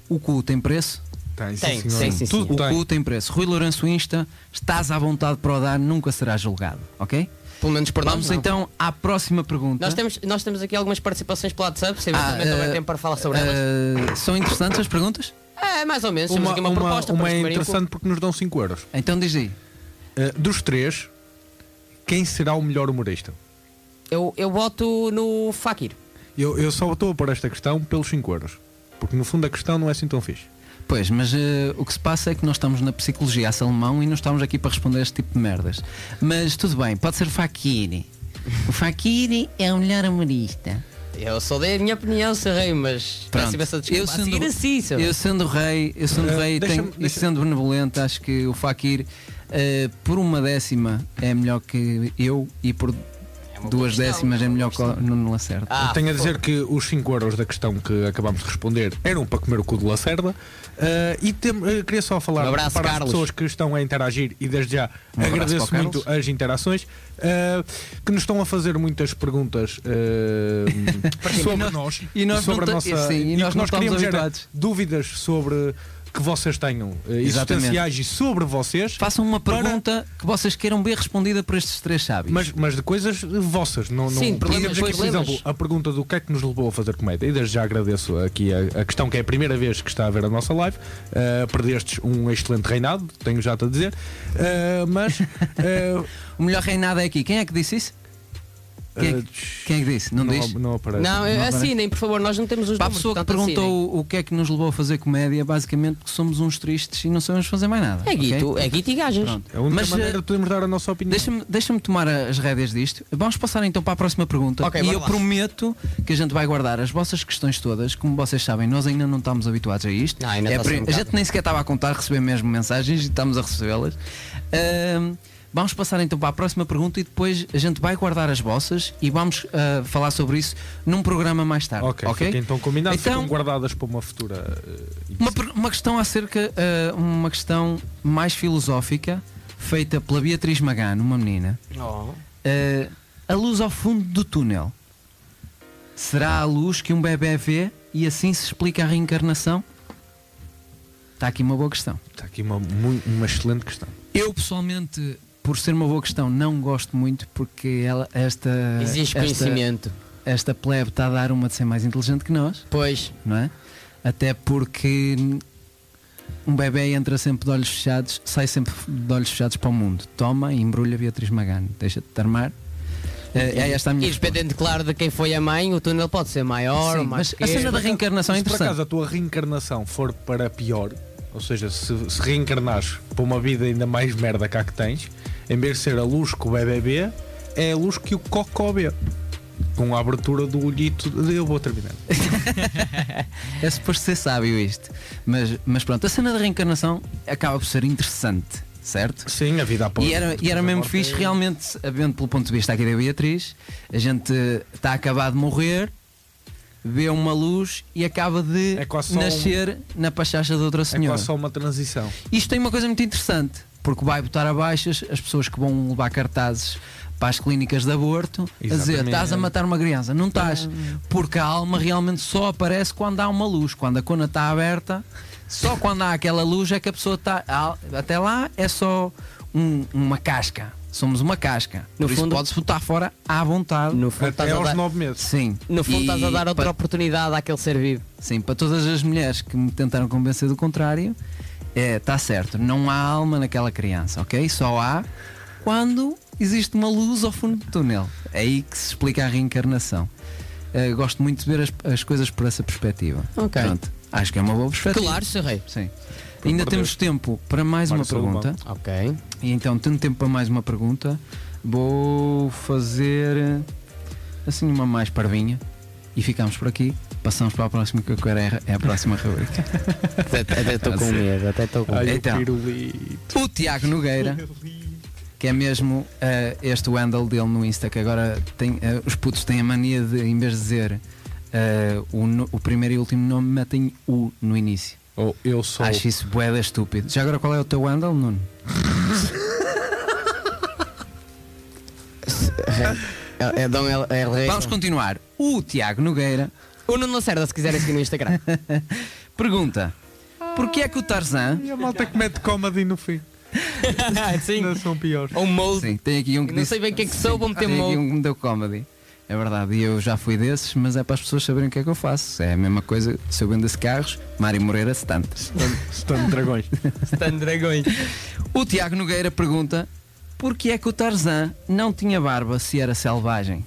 C: o cu tem preço.
A: Tem,
B: Tem,
A: senhor.
B: sim, sim,
A: Tudo
B: sim.
C: O
A: tem.
C: cu tem preço. Rui Lourenço Insta, estás à vontade para o dar, nunca serás julgado, ok?
B: Pelo menos por nós,
C: Vamos
B: não.
C: então à próxima pergunta.
B: Nós temos, nós temos aqui algumas participações pelo WhatsApp, se
C: Ah,
B: eventualmente houver
C: eh,
B: tempo para falar sobre
C: eh,
B: elas.
C: São interessantes as perguntas?
B: É, mais ou menos, temos
A: Uma,
B: aqui
A: uma,
B: uma, proposta
A: uma
B: para
A: é
B: escolherem o cu.
A: interessante porque nos dão 5 euros.
C: Então diz aí.
A: Eh, dos três, quem será o melhor humorista?
B: Eu, eu voto no Fakir.
A: Eu, eu só estou a pôr esta questão pelos 5 euros. Porque no fundo a questão não é assim tão fixe.
C: Pois, mas eh, o que se passa é que nós estamos na psicologia a Salomão e não estamos aqui para responder este tipo de merdas. Mas tudo bem, pode ser Fakiri. O Fakiri é o melhor humorista.
B: Eu só dei a minha opinião, se rei, mas
C: Pronto.
B: peço imensa desculpa.
C: Eu
B: A seguir
C: sendo-
B: assim, seu-
C: Eu sendo rei, eu sendo
A: Eh,
C: rei
A: deixa-me-
C: tenho- e
A: deixa-
C: sendo benevolente, acho que o Fakir eh, por uma décima é melhor que eu e por
B: É uma boa
C: duas
B: questão,
C: décimas
B: é
C: é
B: uma
C: melhor
B: boa
C: que o Nuno Lacerda.
B: Ah,
A: Eu tenho a
B: pô.
A: dizer que os 5 euros da questão que acabámos de responder eram para comer o cu de Lacerda. Eh, e tem- eh, queria só falar
B: Um abraço,
A: para as
B: Carlos.
A: pessoas que estão a interagir e desde já
C: Um abraço
A: agradeço
C: para o
A: muito as interações eh, que nos estão a fazer muitas perguntas
C: [laughs]
A: eh, sobre
C: E nós-
A: nós
C: e nós
A: sobre
C: não
A: a
C: ta-
A: nossa
C: sim, e
A: que
C: nós não estamos
A: queríamos era
C: habituados.
A: dúvidas sobre que vocês tenham eh,
C: Exatamente.
A: existenciais e sobre vocês
C: Façam uma
A: Para-
C: pergunta que vocês queiram ver respondida por estes três sábios.
A: mas, mas de coisas vossas, não, não
B: Sim,
A: e
B: problemas,
A: temos aqui, por
B: problemas.
A: exemplo, a pergunta do que é que nos levou a fazer comédia. E desde já agradeço aqui a, a questão que é a primeira vez que está a ver a nossa live. Uh, perdestes um excelente reinado, tenho já-te a
C: [laughs]
A: dizer. Uh, mas uh,
C: O melhor reinado é aqui. Quem é que disse isso? Quem é
A: Eh,
C: que, quem é que disse? Não,
A: não,
C: diz?
A: não aparece.
B: Não,
C: não aparece.
B: assinem, por favor, nós não temos os assim,
C: Para a
B: números,
C: pessoa que
B: portanto, assinem.
C: perguntou o que é que nos levou a fazer comédia, basicamente porque somos uns tristes e não sabemos fazer mais nada.
B: É
C: ok?
B: guito, é guito e gajas.
C: Pronto.
A: É a única
C: Mas,
A: maneira
C: eh,
A: de podermos dar a nossa opinião.
C: Deixa-me deixa tomar as rédeas disto. Vamos passar então para a próxima pergunta.
B: Ok,
C: e
B: bora
C: eu
B: lá.
C: prometo que a gente vai guardar as vossas questões todas. Como vocês sabem, nós ainda não estamos habituados a isto.
B: Não, ainda
C: É
B: está a ser
C: pri-
B: um
C: a
B: bocado.
C: gente nem sequer estava a contar, receber mesmo mensagens e estamos a recebê-las. Ahm, vamos passar então para a próxima pergunta e depois a gente vai guardar as vossas e vamos ah, falar sobre isso num programa mais tarde.
A: Ok,
C: Ok,
A: fica então combinado,
C: Então-
A: ficam guardadas para uma futura. eh,
C: Uma, per- uma questão acerca, ah, uma questão mais filosófica, feita pela Beatriz Magano, uma menina.
B: Oh.
C: Eh, a luz ao fundo do túnel será a luz que um bebê vê e assim se explica a reencarnação? Está aqui uma boa questão.
A: Está aqui uma, mu- uma excelente questão.
C: Eu pessoalmente, por ser uma boa questão, não gosto muito porque ela, esta,
B: Exige
C: esta,
B: conhecimento.
C: esta plebe está a dar uma de ser mais inteligente que nós,
B: Pois.
C: não é? Até porque um bebê entra sempre de olhos fechados, sai sempre de olhos fechados para o mundo. Toma e embrulha Beatriz Magano. Deixa-te de armar. Eh, é esta a minha
B: E
C: resposta.
B: dependendo, claro, de quem foi a mãe, o túnel pode ser maior,
C: Sim,
B: mais
C: mas a cena da
B: pequeno.
C: reencarnação é
A: se por acaso
C: interessante.
A: a tua reencarnação for para pior, ou seja, se, se reencarnares para uma vida ainda mais merda cá que tens, em vez de ser a luz que o bebê vê, é a luz que o cocó vê. Com a abertura do olhito. de- Eu vou terminar.
C: É suposto ser sábio isto. Mas, mas pronto, a cena da reencarnação acaba por ser interessante, certo?
A: Sim, a vida É à porta.
C: E era, e era mesmo fixe, realmente, havendo pelo ponto de vista aqui da Beatriz, a gente eh, está a acabar de morrer, vê uma luz e acaba de
A: É quase só um-
C: nascer na pachacha de outra
A: É
C: senhora.
A: quase só uma transição.
C: Isto tem uma coisa muito interessante, porque vai botar a baixas as pessoas que vão levar cartazes para as clínicas de aborto a dizer
A: Exatamente.
C: estás a matar uma criança. Não
B: Tá.
C: estás, porque a alma realmente só aparece quando há uma luz, quando a cona está aberta, só quando há aquela luz é que a pessoa está. a- Até lá é só um- uma casca. Somos uma casca.
B: No
C: Por isso
B: fundo-
C: podes botar fora à vontade.
B: No
A: Até
B: fundo, estás a
A: aos
B: dar,
A: nove meses.
C: Sim.
B: no fundo,
C: E
B: estás a dar outra
C: pa-
B: oportunidade àquele ser vivo.
C: Sim, para todas as mulheres que me tentaram convencer do contrário, está certo, não há alma naquela criança, ok? Só há quando existe uma luz ao fundo do túnel. É aí que se explica a reencarnação. Eh, gosto muito de ver as, as coisas por essa perspectiva.
B: Ok.
C: Pronto, acho que é uma boa perspectiva.
B: Claro, Serrei.
C: Sim. Ainda
A: amor de
C: temos
A: Deus.
C: tempo para mais
A: Marcos
C: uma
A: Salomão.
C: pergunta.
B: Ok.
C: E então, tendo tempo para mais uma pergunta, vou fazer eh, assim uma mais parvinha e ficamos por aqui. Passamos para a próxima que eu quero é é a próxima rubrica.
B: [laughs] Até- Até estou com um medo, É, até estou com medo.
A: Ai,
C: Então.
A: o pirulito.
C: O Tiago Nogueira, que é mesmo eh, este handle dele no Insta, que agora tem, eh, os putos têm a mania de, em vez de dizer eh, o, no- o primeiro e último nome, metem o no início.
A: Ou Oh, eu sou.
C: Acho isso boeda estúpido. Já agora qual é o teu handle, Nuno?
B: É, é Dom El, é El Rey.
C: Vamos continuar. O Tiago Nogueira
B: O Nuno Lacerda, se quiserem seguir no Instagram.
C: pergunta: Porquê é que o Tarzan
A: E a malta que mete comedy no fim.
B: [laughs] Sim.
A: Não são piores.
B: Ou molde.
C: Sim, tem aqui um que
B: Não
C: disse-
B: sei bem o que é que sou, vou meter
C: tem aqui
B: molde.
C: um que me deu comedy. É verdade, e eu já fui desses, mas é para as pessoas saberem o que é que eu faço. É a mesma coisa, se eu vendo-se carros, Mário Moreira, tantas.
A: Estando dragões.
B: Stand dragões.
C: O Tiago Nogueira pergunta: Porquê é que o Tarzan não tinha barba se era selvagem?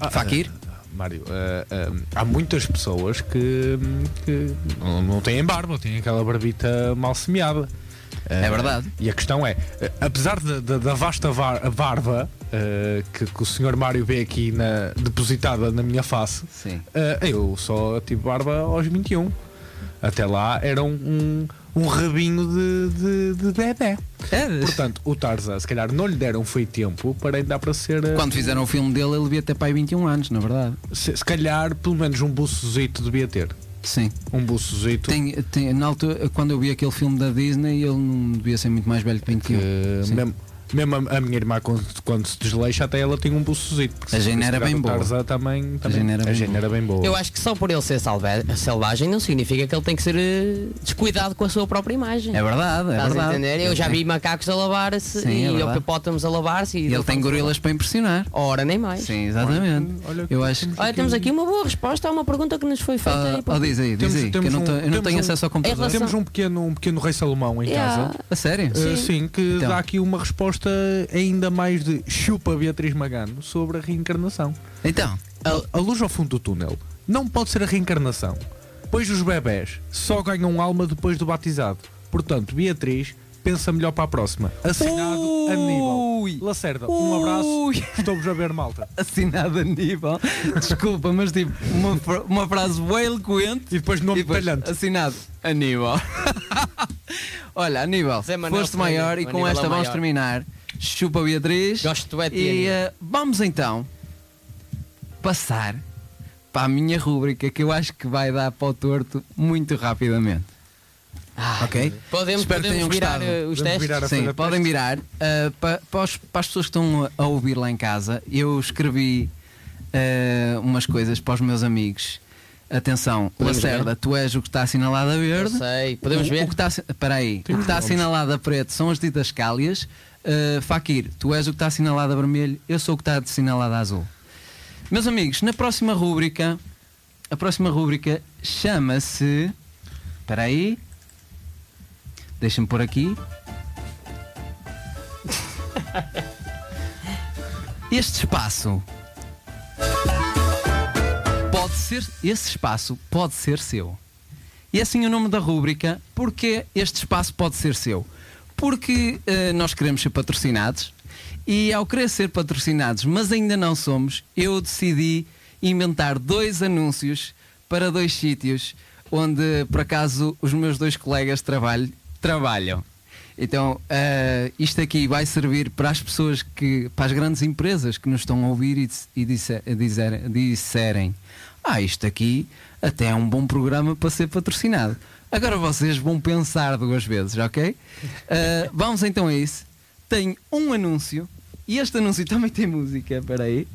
C: Ah, Fakir?
A: Mário, ah, ah, há muitas pessoas que, que não, não têm barba, têm aquela barbita mal semeada.
C: É
A: Ah,
C: verdade.
A: E a questão é, ah, apesar da- da- da vasta var- barba ah, que, que o senhor Mário vê aqui na- depositada na minha face,
C: Sim.
A: ah, eu só tive barba aos 21. Até lá era um, um, um rabinho de, de, de
C: [laughs]
A: bebé.
B: É?
A: Portanto, o Tarzan, se calhar não lhe deram foi tempo para ainda para ser. ah,
C: Quando fizeram o filme dele, ele devia ter pai 21 anos, na verdade.
A: Se, se calhar, pelo menos um buçozito devia ter.
C: Sim.
A: Um buçozito.
C: Tem, tem- na altura, quando eu vi aquele filme da Disney, ele não devia ser muito mais velho que 21.
A: que
C: Sim.
A: mesmo, mesmo a, a minha irmã, quando, quando se desleixa, até ela tem um buçozito. porque
C: A
A: se-
C: Jane
A: se
C: era
A: calhar
C: bem
A: o
C: boa.
A: Tarzan também, também-
C: Jane era
A: a
C: bem
A: Jane
C: boa.
A: era bem boa.
B: Eu acho que só por ele ser salve- selvagem não significa que ele tem que ser eh, descuidado com a sua própria imagem.
C: É verdade, é
B: Estás a
C: verdade.
B: entender? Eu já vi macacos a lavar-se
C: Sim, é
B: e
C: verdade.
B: hipopótamos a lavar-se.
C: E ele tem gorilas para impressionar.
B: Ora, nem mais.
C: Sim, exatamente.
A: Olha que
C: Eu acho que.
B: Olha, temos aqui uma boa resposta a uma pergunta que nos foi feita. aí,
C: Oh,
B: pá.
C: diz aí, diz
A: Temos-
C: aí, que eu
A: temos
C: não,
A: um-
C: tô- eu não
A: temos
C: tenho
A: um-
C: acesso ao computador.
B: Então, relação-
A: Temos um pequeno, um pequeno rei Salomão em
B: Yeah.
A: casa.
C: A sério?
A: eh, Sim, que
C: Então.
A: dá aqui uma resposta ainda mais de chupa Beatriz Magano sobre a reencarnação.
D: Então,
A: A, a luz ao fundo do túnel não pode ser a reencarnação, pois os bebés só ganham alma depois do batizado. Portanto, Beatriz, pensa melhor para a próxima. Assinado Aníbal.
C: Ui.
A: Lacerda, um abraço.
C: Ui.
A: Estou-vos a ver, malta.
C: Assinado Aníbal. Desculpa, mas tipo, uma, fra- uma frase bem eloquente.
A: E depois nome
C: E depois,
A: talhante.
C: assinado Aníbal. [laughs] Olha, Aníbal,
B: Zé Manuel
C: foste
B: Ferreira,
C: maior e
B: o
C: com
B: Aníbal é
C: esta
B: o
C: vamos
B: maior.
C: terminar. Chupa Beatriz.
B: Gosto de ti,
C: E
B: Aníbal.
C: eh, vamos então passar para a minha rúbrica que eu acho que vai dar para o torto muito rapidamente. ok?
B: Podemos,
C: Espero que tenham
B: podemos virar
C: gostado.
B: eh, os
A: Podemos
B: testes.
A: virar a-
C: Sim,
A: folha
C: podem virar. Uh, pa- para, os- para as pessoas que estão a ouvir lá em casa, eu escrevi uh, umas coisas para os meus amigos. Atenção,
B: Podemos
C: Lacerda,
B: ver?
C: tu és o que está assinalado a
B: Eu
C: verde.
B: sei, podemos
C: o,
B: ver?
C: O que está, assi- espera aí. o que está assinalado a preto são as didascálias. Uh, Fakir, tu és o que está assinalado a vermelho, eu sou o que está assinalado a azul. Meus amigos, na próxima rúbrica, a próxima rúbrica chama-se. Espera aí. Deixa-me por aqui. [laughs] Este espaço pode ser. Esse espaço pode ser seu. E assim o nome da rúbrica, porque este espaço pode ser seu? Porque eh, nós queremos ser patrocinados e ao querer ser patrocinados, mas ainda não somos, eu decidi inventar dois anúncios para dois sítios onde por acaso os meus dois colegas de trabalho trabalham. Então, eh, isto aqui vai servir para as pessoas que, para as grandes empresas que nos estão a ouvir e, dis- e disse- dizer- disserem: Ah, isto aqui até é um bom programa para ser patrocinado. Agora vocês vão pensar duas vezes, ok? Eh, vamos então a isso. Tem um anúncio e este anúncio também tem música. Espera aí.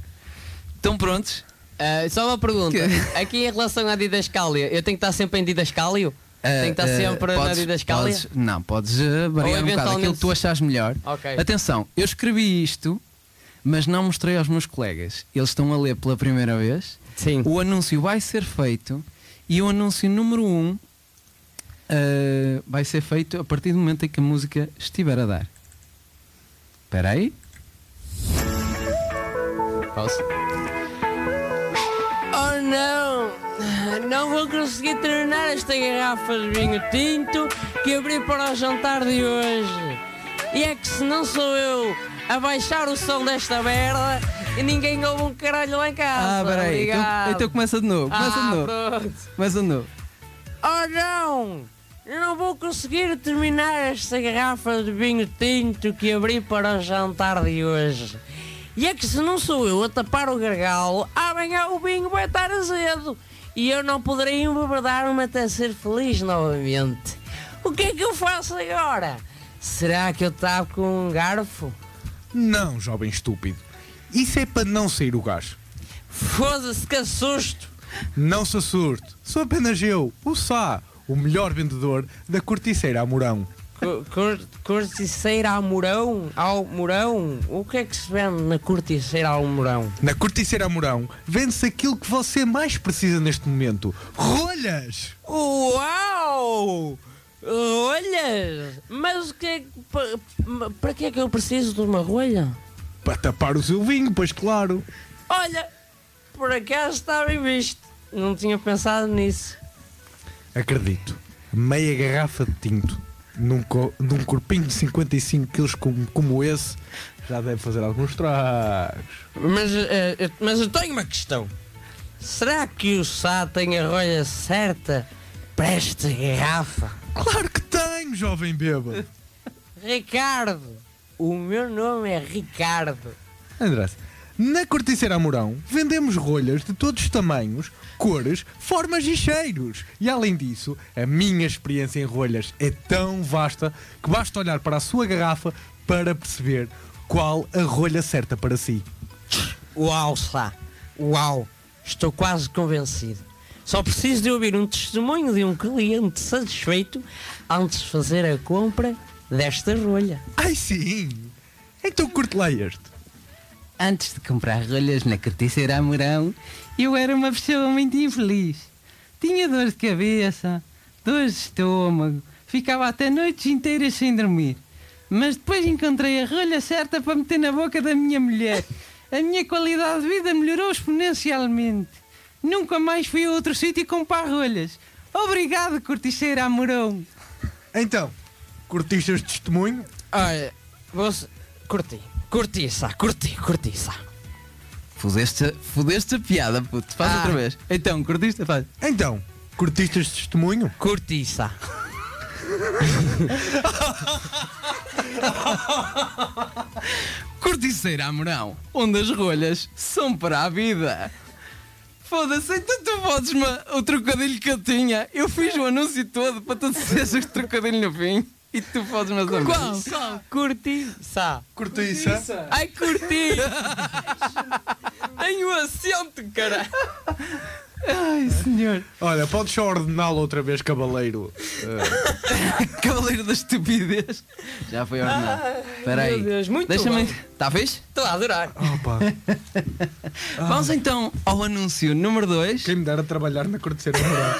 C: Estão prontos?
B: Ah, só uma
C: [laughs]
B: pergunta.
C: Que-
B: Aqui em relação à didascália, eu tenho que estar sempre em didascálio?
C: Eh,
B: tenho que estar
C: eh,
B: sempre na
C: podes-
B: didascália?
C: podes- não, podes eh, variar um bocado aquilo
B: eventualmente-
C: que tu achas melhor.
B: Ok.
C: Atenção, eu escrevi isto, mas não mostrei aos meus colegas. Eles estão a ler pela primeira vez.
B: Sim.
C: O anúncio vai ser feito e o anúncio número 1 um, eh, vai ser feito a partir do momento em que a música estiver a dar. Espera aí.
B: Posso? Oh não! Não vou conseguir terminar esta garrafa de vinho tinto que abri para o jantar de hoje. E é que se não sou eu a baixar o som desta merda e ninguém ouve um caralho lá em casa.
C: Ah, espera aí. Então,
B: Obrigado.
C: então começa de novo. Começa de novo.
B: ah, pronto.
C: Começa de novo.
B: Oh não! Eu não vou conseguir terminar esta garrafa de vinho tinto que abri para o jantar de hoje. E é que se não sou eu a tapar o gargalo, amanhã o vinho vai estar azedo e eu não poderei embebedar-me até ser feliz novamente. O que é que eu faço agora? Será que eu tapo com um garfo?
A: Não, jovem estúpido. Isso é para não sair o gás.
B: Foda-se que assusto!
A: Não se assurte. Sou apenas eu, o Sá, o melhor vendedor da corticeira a Mourão.
B: Cur- cur- Corticeira ao Mourão? Ao Mourão? O que é que se vende na corticeira ao Mourão?
A: Na corticeira a Mourão vende-se aquilo que você mais precisa neste momento. Rolhas!
B: Uau! Rolhas! Mas o que é que. pa- ma- Para que é que eu preciso de uma rolha?
A: Para tapar o seu vinho, pois claro.
B: Olha, por acaso está bem visto. Não tinha pensado nisso.
A: Acredito. Meia garrafa de tinto num, co- num corpinho de 55 kg como, como esse já deve fazer alguns tragos.
B: Mas, eh, eu- mas eu tenho uma questão. Será que o Sá tem a rolha certa para esta garrafa?
A: Claro que tenho, jovem bêbado.
B: Ricardo! O meu nome é Ricardo.
A: Andrés, na Corticeira Amorão vendemos rolhas de todos os tamanhos, cores, formas e cheiros. E além disso, a minha experiência em rolhas é tão vasta que basta olhar para a sua garrafa para perceber qual a rolha certa para si.
B: Uau, Sá! Uau! Estou quase convencido. Só preciso de ouvir um testemunho de um cliente satisfeito antes de fazer a compra desta rolha.
A: Ai sim! Então curte lá este.
C: Antes de comprar rolhas na carteira Amorão, eu era uma pessoa muito infeliz. Tinha dor de cabeça, dor de estômago, ficava até noites inteiras sem dormir. mas depois encontrei a rolha certa para meter na boca da minha mulher. A minha qualidade de vida melhorou exponencialmente. Nunca mais fui a outro sítio comprar rolhas. Obrigado, corticeira amorão.
A: Então, curtiste este testemunho?
B: Olha, você... curti, curtiça, curti, curtiça.
C: Fudeste, fudeste a piada, puto. Faz
B: Ah.
C: outra vez. Então, curtiste? Faz.
A: Então, curtiste este testemunho?
B: Curtiça.
C: Corticeira Amorão, onde as rolhas são para a vida. Foda-se, então tu podes-me o trocadilho que eu tinha. Eu fiz o anúncio todo para tu dizeres o trocadilho no fim. E tu podes-me as
B: Qual? Qual? Curtiça.
A: Curtiça.
B: Ai, [laughs] curti! Tenho um acento, caralho!
C: Ai, senhor.
A: Olha, podes só ordená-lo outra vez, cavaleiro. Eh,
C: Cavaleiro da estupidez. Já foi ordenado. Espera
B: Meu
C: aí.
B: Deus, muito
C: Deixa-me.
B: bem.
C: Está fixe?
B: Estou a adorar.
A: opa,
C: Vamos então ao anúncio número 2.
A: quem me dera trabalhar na corticeira moral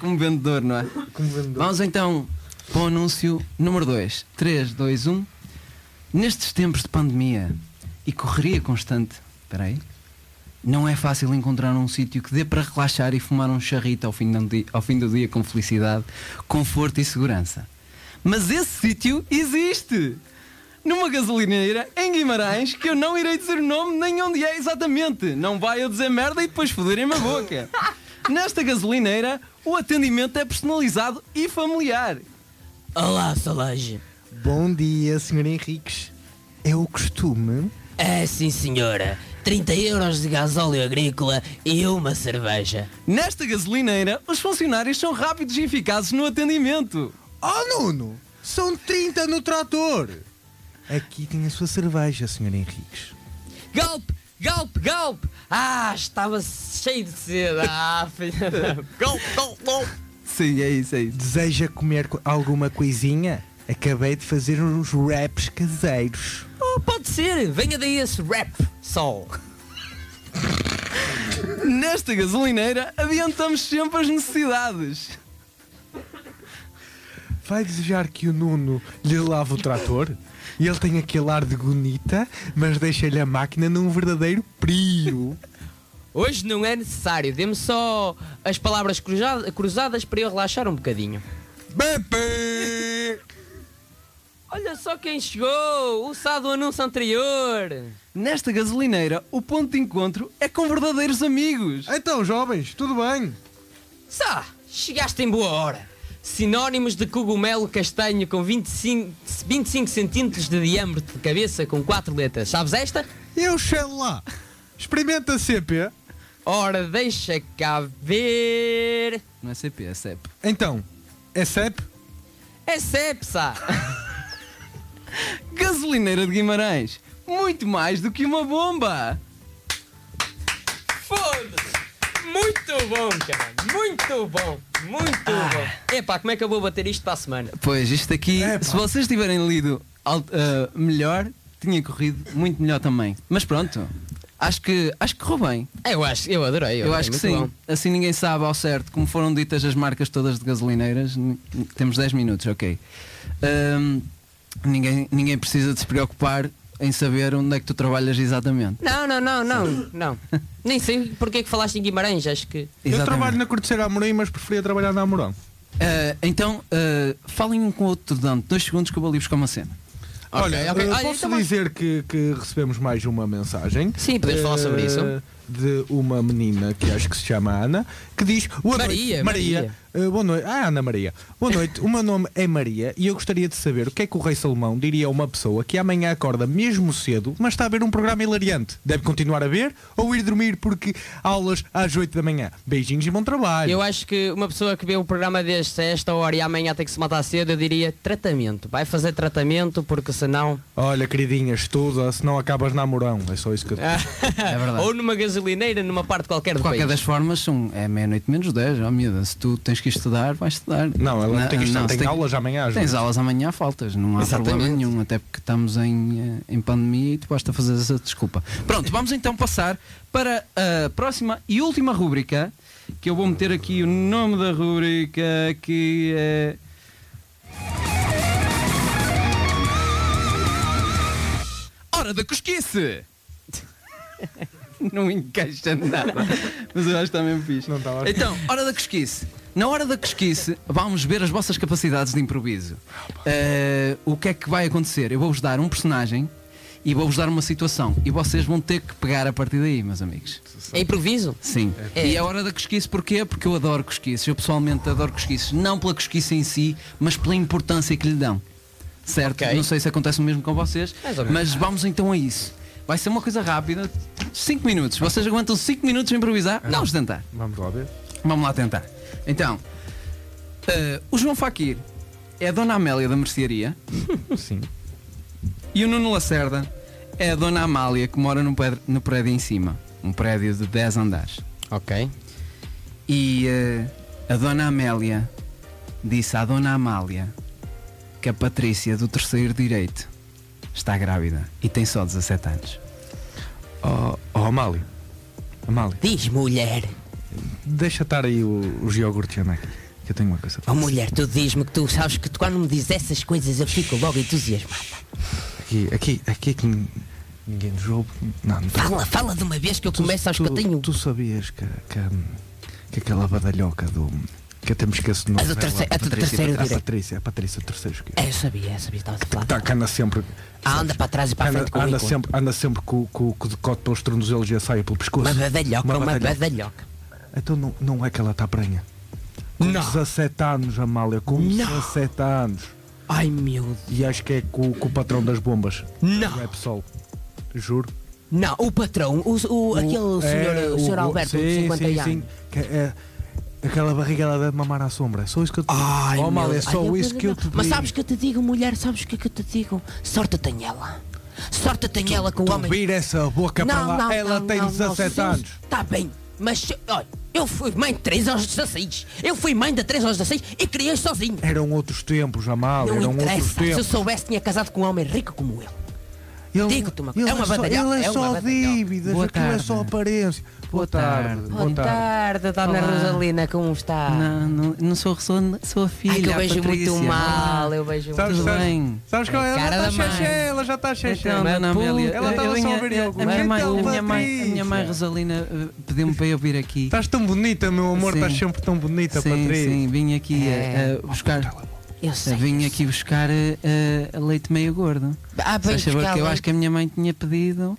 C: Como vendedor, não é?
A: como vendedor.
C: Vamos então para o anúncio número 2. 3, 2, 1. Nestes tempos de pandemia e correria constante, espera aí, não é fácil encontrar um sítio que dê para relaxar e fumar um charrito ao fim, do dia, ao fim do dia com felicidade, conforto e segurança. Mas esse sítio existe! Numa gasolineira em Guimarães, que eu não irei dizer o nome nem onde é exatamente. Não vai eu dizer merda e depois foderem-me a boca. Nesta gasolineira, o atendimento é personalizado e familiar.
B: Olá, Solange.
A: Bom dia, senhor Henriques. É o costume.
B: É, sim, senhora. 30 euros de gasóleo agrícola e uma cerveja.
C: Nesta gasolineira, os funcionários são rápidos e eficazes no atendimento.
A: Oh, Nuno, são 30 no trator. Aqui tem a sua cerveja, senhor Henriques.
B: Golpe! Golpe! Golpe! Ah, estava cheio de sede. Ah, [laughs] filha da... Golpe! Golpe! Golpe!
C: Sim, é isso, é isso.
A: Deseja comer co- alguma coisinha? Acabei de fazer uns wraps caseiros.
B: Oh, pode ser. Venha daí esse rap, sol.
C: Nesta gasolineira, adiantamos sempre as necessidades.
A: Vai desejar que o Nuno lhe lave o trator? Ele tem aquele ar de bonita, mas deixa-lhe a máquina num verdadeiro prio.
B: Hoje não é necessário. Dê-me só as palavras cruza- cruzadas para eu relaxar um bocadinho.
A: Bebê!
B: Olha só quem chegou! O Sá do anúncio anterior!
C: Nesta gasolineira, o ponto de encontro é com verdadeiros amigos.
A: Então, jovens, tudo bem?
B: Sá, chegaste em boa hora! Sinónimos de cogumelo castanho com 25, 25 centímetros de diâmetro de cabeça com 4 letras. Sabes esta?
A: Eu sei lá. Experimenta CP.
B: Ora, deixa cá ver.
C: Não é CP, é CEP.
A: Então, é CEP?
B: É [laughs] sepsa!
C: Gasolineira de Guimarães. Muito mais do que uma bomba.
B: Foda-se! Muito bom, cara! Muito bom! Muito bom! Epá, como é que eu vou bater isto para a semana?
C: Pois, isto aqui,
A: Epá.
C: se vocês tiverem lido alt- ah, melhor, tinha corrido muito melhor também. Mas pronto, acho que, acho que correu bem.
B: Eu acho, eu adorei.
C: Eu,
B: adorei,
C: acho que
B: É muito
C: sim.
B: bom.
C: Assim ninguém sabe ao certo como foram ditas as marcas todas de gasolineiras. N- Temos 10 minutos, ok. Ahm, ninguém, ninguém precisa de se preocupar em saber onde é que tu trabalhas exatamente.
B: Não, não, não, não, não. Nem sei porque é que falaste em Guimarães, acho que.
A: Eu
C: Exatamente.
A: trabalho na Corticeira Amorim, mas preferia trabalhar na Amorão.
C: Ah, então, ah, falem um com o outro durante dois segundos que eu vou-lhes com uma cena.
A: Olha,
B: ok.
A: eu
B: Olha,
A: Eh, posso
B: então vai.
A: dizer que, que recebemos mais uma mensagem. Eh,
B: Sim, podemos falar sobre isso.
A: De uma menina que acho que se chama Ana, que diz: Boa noite,
B: Maria,
A: Maria. eh, boa noite. Ah, Ana Maria. Boa noite, o meu nome é Maria e eu gostaria de saber o que é que o Rei Salomão diria a uma pessoa que amanhã acorda mesmo cedo, mas está a ver um programa hilariante. Deve continuar a ver ou ir dormir porque aulas às 8 da manhã. Beijinhos e bom trabalho.
B: Eu acho que uma pessoa que vê um programa deste a esta hora e amanhã tem que se matar cedo, eu diria tratamento. Vai fazer tratamento porque senão.
A: Olha, queridinha, estuda, senão acabas na Amorão. [laughs] É só isso que eu
B: Ah,
A: te
C: É verdade.
B: Ou numa gasolineira, numa parte qualquer
C: De
B: do
C: qualquer
B: país.
C: das formas, são, é meia-noite menos 10. Oh, miúda, se tu tens que estudar, vais estudar.
A: Não, ela não tem que estar.
C: se
A: Tem, aulas amanhã às
C: Tens
A: vezes.
C: aulas amanhã, faltas, não há problema
B: Exatamente.
C: nenhum, até porque estamos em, eh, em pandemia e tu basta fazer essa desculpa. Pronto, vamos então passar para a próxima e última rúbrica, que eu vou meter aqui o nome da rúbrica que é. Hora da cosquice! [laughs] Não encaixa nada. Mas eu acho que está mesmo fixe.
A: Não estava.
C: Então, hora da cosquice. Na hora da cosquice, vamos ver as vossas capacidades de improviso. Eh, o que é que vai acontecer? Eu vou-vos dar um personagem e vou-vos dar uma situação. E vocês vão ter que pegar a partir daí, meus amigos.
B: É improviso?
C: Sim.
B: É.
C: E é a hora da cosquice porquê? Porque eu adoro cosquices. Eu pessoalmente adoro cosquices. Não pela cosquice em si, mas pela importância que lhe dão. Certo?
B: Ok.
C: Não sei se acontece o mesmo com vocês,
B: Mais ou menos.
C: mas vamos então a isso. Vai ser uma coisa rápida. 5 minutos. Vocês aguentam 5 minutos a improvisar? Vamos tentar.
A: Vamos lá ver.
C: Vamos lá tentar. Então, eh, o João Faquir é a Dona Amélia da mercearia
A: Sim.
C: e o Nuno Lacerda é a Dona Amália que mora no prédio, no prédio em cima. Um prédio de 10 andares.
B: Ok.
C: E eh, a Dona Amélia disse à Dona Amália que a Patrícia do terceiro direito está grávida e tem só 17 anos.
A: Oh, oh Amália. Amália,
B: Diz mulher.
A: deixa estar aí o- os iogurtes, Ana, aqui, que eu tenho uma coisa.
B: Oh mulher, tu diz-me que tu sabes que tu, quando me dizes essas coisas eu fico logo entusiasmado.
A: Aqui, aqui, aqui é que nin- ninguém nos ouve. Não, não.
B: Fala, fala de uma vez que eu começo, sabes
A: tu,
B: que eu tenho.
A: Tu sabias que, que, que aquela badalhoca do. Que até me esqueço do nome.
B: A do
A: dela,
B: terceiro- a do
A: Patrícia,
B: terceiro
A: a
B: direito. É
A: Patrícia, a Patrícia, o terceiro esquerdo.
B: Eu sabia, eu sabia, estava a falar.
A: Tá, que anda sempre.
B: Ah, anda para trás e para a
A: Anda,
B: frente com o
A: anda
B: ícone.
A: sempre, anda sempre com, com, com o decote pelos tornozelos e a saia pelo pescoço.
B: Uma badalhoca, uma
A: badalhoca.
B: badalhoca.
A: Então não, não é que ela está prenha. Com
B: Não.
A: 17 anos, Amália, com
B: Não.
A: 17 anos.
B: Ai meu
A: E acho que é com, com o patrão das bombas.
B: Não.
A: O Repsol. Juro.
B: Não, o patrão, o, o, aquele senhor,
A: é,
B: o senhor Alberto de
A: sim,
B: 50
A: sim,
B: anos.
A: Sim, que é, aquela barriga ela deve mamar à sombra. É só isso que eu te
B: Ai,
A: oh, Amália,
B: meu-
A: é só
B: Ai, eu
A: isso que eu te
B: Mas
A: digo.
B: sabes que eu te digo, mulher, sabes o que é que eu te digo? Sorte tem ela. Sorte tem ela com o
A: Tu
B: homem.
A: vira essa boca para lá. ela tem 17 anos.
B: Está Tá bem, mas se- olha, eu fui mãe de 3 aos 16. Eu fui mãe de 3 aos 16 e criei sozinho.
A: Eram outros tempos, Amália.
B: Não
A: eram outros
B: interessa. Se eu
A: tempos.
B: soubesse, tinha casado com um homem rico como ele.
A: Ele-
B: Digo-te uma coisa,
A: ele
B: é uma
A: só-
B: badalhoca,
A: Ele é,
B: é uma
A: só
B: badalhoca.
A: dívidas,
C: Boa
A: aquilo é
C: tarde.
A: só aparência.
C: Boa tarde.
A: Boa tarde.
C: dona Olá. Rosalina,
B: como está?
C: Não, não, não sou, sou, sou a filha.
B: Ai, que eu
C: a
B: vejo
C: Patrícia.
B: muito mal, eu vejo
A: Sabes,
B: muito
C: Tudo
B: mal.
A: sabes,
C: bem.
A: sabes que
B: É
A: ela, ela
B: cara
A: já
B: da
A: está
B: mãe.
A: xexé, ela já está xexé.
C: Então,
B: Mas
C: Dona Amélia,
B: puta,
A: ela estava só a ver iogurte.
C: a minha mãe,
A: Então,
C: a minha mãe, a minha mãe
A: Patrícia.
C: Rosalina eh, pediu-me para eu vir aqui.
A: Estás tão bonita, meu amor,
C: Sim.
A: estás sempre tão bonita,
C: sim,
A: Patrícia.
C: sim, vim aqui
B: É.
C: a, a
A: Tá
C: buscar.
B: Eu sei.
C: Vim aqui buscar eh, eh, leite meio gordo.
B: Ah,
C: Só
B: bem,
C: saber que eu acho que a minha mãe tinha pedido.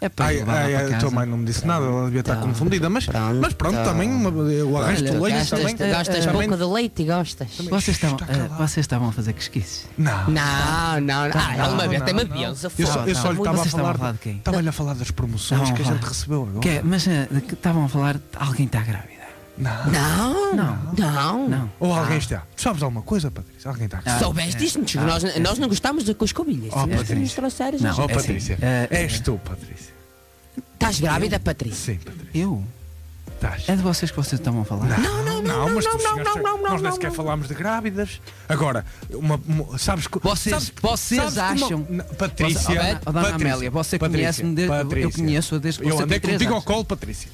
C: É para
A: Ai,
C: eu levar
A: ai,
C: lá
A: ai,
C: para
A: a
C: casa.
A: tua mãe não me disse nada, ela devia estar
B: Tá.
A: confundida, mas
B: Pronto.
A: mas pronto, também uma- o arranjo
C: Olha,
A: de leite
B: Gastas,
A: também.
B: gastas
A: também-
B: pouco de leite e gostas?
C: Vocês estavam,
A: Está
C: eh,
A: calado.
C: vocês estavam a fazer cosquices.
A: Não,
B: Não, não, não. Ah, ela uma
A: não,
B: vez
A: não,
B: tem uma
A: não.
B: biança
A: eu só, eu só
C: Tá,
A: lhe
C: tá.
A: estava a
C: Vocês estavam
A: falar.
C: a falar de quem?
A: Estava-lhe a falar das promoções
C: Estavam
A: que a
C: a
A: gente
C: falar.
A: recebeu agora.
C: Que é, mas eh, que estavam a falar de alguém está grávida.
A: Não.
B: Não, não, não.
C: Não.
A: Ou alguém está. Tu sabes alguma coisa, Patrícia? Alguém está.
C: Ah,
B: Soubeste, diz-nos.
C: ah,
B: nós,
C: é.
B: nós não gostámos da coscovilha.
A: Oh,
B: Se nós
A: Patrícia.
B: nos trouxeres,
C: Não.
B: nós-
A: Oh,
C: é
A: Patrícia.
C: assim, eh,
A: És tu, Patrícia.
B: Estás grávida, Patrícia?
A: Sim, Patrícia.
C: Eu?
A: Estás.
C: É de vocês que vocês estavam a falar?
A: Não, não, não, mas tu chegaste a- Nós nem sequer falámos de grávidas. Agora, uma, uma- sabes que.
C: Vocês-
A: sabes que-
C: vocês
A: sabes que uma-
C: acham-
A: Não, Patrícia.
C: Você- Oh, dona
A: Patrícia,
C: Amélia, você
A: Patrícia,
C: conhece-me desde- eu
A: Patrícia.
C: conheço-a desde que
A: Eu
C: você
A: andei
C: tem três
A: contigo ao
C: anos.
A: colo, Patrícia.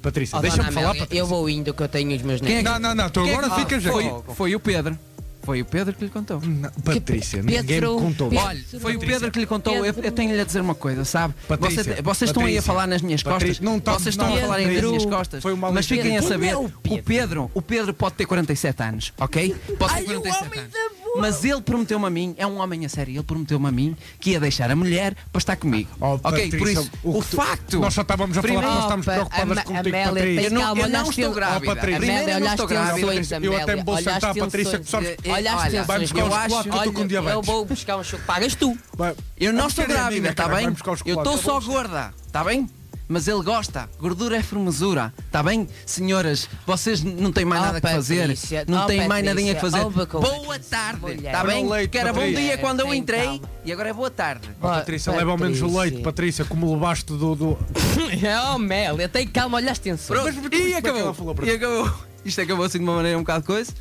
A: Patrícia,
B: Oh,
A: deixa-me
B: dona
A: falar,
B: Amélia,
A: Patrícia.
B: Eu vou indo que eu tenho os meus
C: Quem é
B: netos.
A: Não, não, não, tu
C: Quem é
A: agora
C: que-
A: ficas já.
C: foi, foi o Pedro. Foi o Pedro que lhe contou.
A: Não, Patrícia, ninguém me
B: Pedro-
A: contou.
B: Pedro-
C: Olha, foi o
A: Patrícia.
C: Pedro que lhe contou. Eu,
B: Pedro.
C: eu tenho-lhe a dizer uma coisa, sabe?
A: Patrícia,
C: Você- vocês estão aí
A: Patrícia,
C: a falar nas minhas
A: Patrícia,
C: costas.
A: não estamos-
C: vocês estão
A: não,
C: a falar nas
A: Pedro,
C: minhas costas.
A: foi um mal
C: mas
A: entendido.
C: fiquem a
B: Quem
C: saber.
B: é o
C: O
B: Pedro?
C: Pedro, o Pedro pode ter 47 anos, ok? Pode
B: Ai,
C: ter
B: o
C: 47
B: homem
C: anos.
B: da boa.
C: Mas ele prometeu-me a mim, é um homem a sério, ele prometeu-me a mim que ia deixar a mulher para estar comigo.
A: Oh,
C: ok, por
A: Patrícia,
C: isso,
A: o
C: o,
A: que tu-
C: facto.
A: Nós só estávamos a falar que
C: Primeiro-
A: nós estamos
B: Opa,
A: preocupadas
B: Ama-
A: contigo,
B: Amélia,
A: Patrícia.
B: tens
C: Eu não-
B: calma,
C: eu não
B: olhaste
C: estou
B: ele-
C: grávida.
B: Oh, Patrícia.
C: Primeiro,
B: Amélia,
C: eu não estou
B: olhaste ele
C: grávida.
B: sonhos,
A: Eu até me vou
B: Amélia,
A: sentar,
B: olhaste ele
A: Patrícia,
B: sonhos.
A: que sabes-
B: Eh, Olhaste
C: Olha,
B: ele
C: vai
B: sonhos.
C: buscar
B: Eu
C: os
B: acho-
C: chocolates que eu
A: estou com
B: olha,
A: diabetes.
B: Eu vou buscar um chocolate. Pagas tu. [laughs]
A: Vai-
C: Eu não
A: Vamos
C: estou
A: ter a
C: grávida,
A: minha,
C: está
A: caralho,
C: bem?
A: vai buscar os
C: Eu estou
A: chocolates,
C: só
A: vamos.
C: gorda, está bem? Mas ele gosta. Gordura é formosura, está bem? Senhoras, vocês n- não têm mais
B: Oh,
C: nada que fazer.
B: Patrícia,
C: Não
B: oh,
C: têm mais
B: Patrícia,
C: nadinha que fazer.
B: ouve com
C: Boa
B: Patrícia,
C: tarde,
B: mulher.
C: está
A: Olha o
C: bem?
A: um leite,
C: Que era bom
A: Patrícia.
C: dia quando eu
B: Tem
C: entrei
B: calma.
C: e agora é boa tarde.
A: Oh, Patrícia, leva ao menos o leite, Patrícia, como levaste do. do...
B: oh, Amélia, tem calma, olhaste ele sonhos.
A: Mas- mas
C: Pronto,
A: como é que
C: e
A: ela
C: acabou.
A: falou para
C: E acabou. Isto acabou assim de uma maneira um bocado coisa,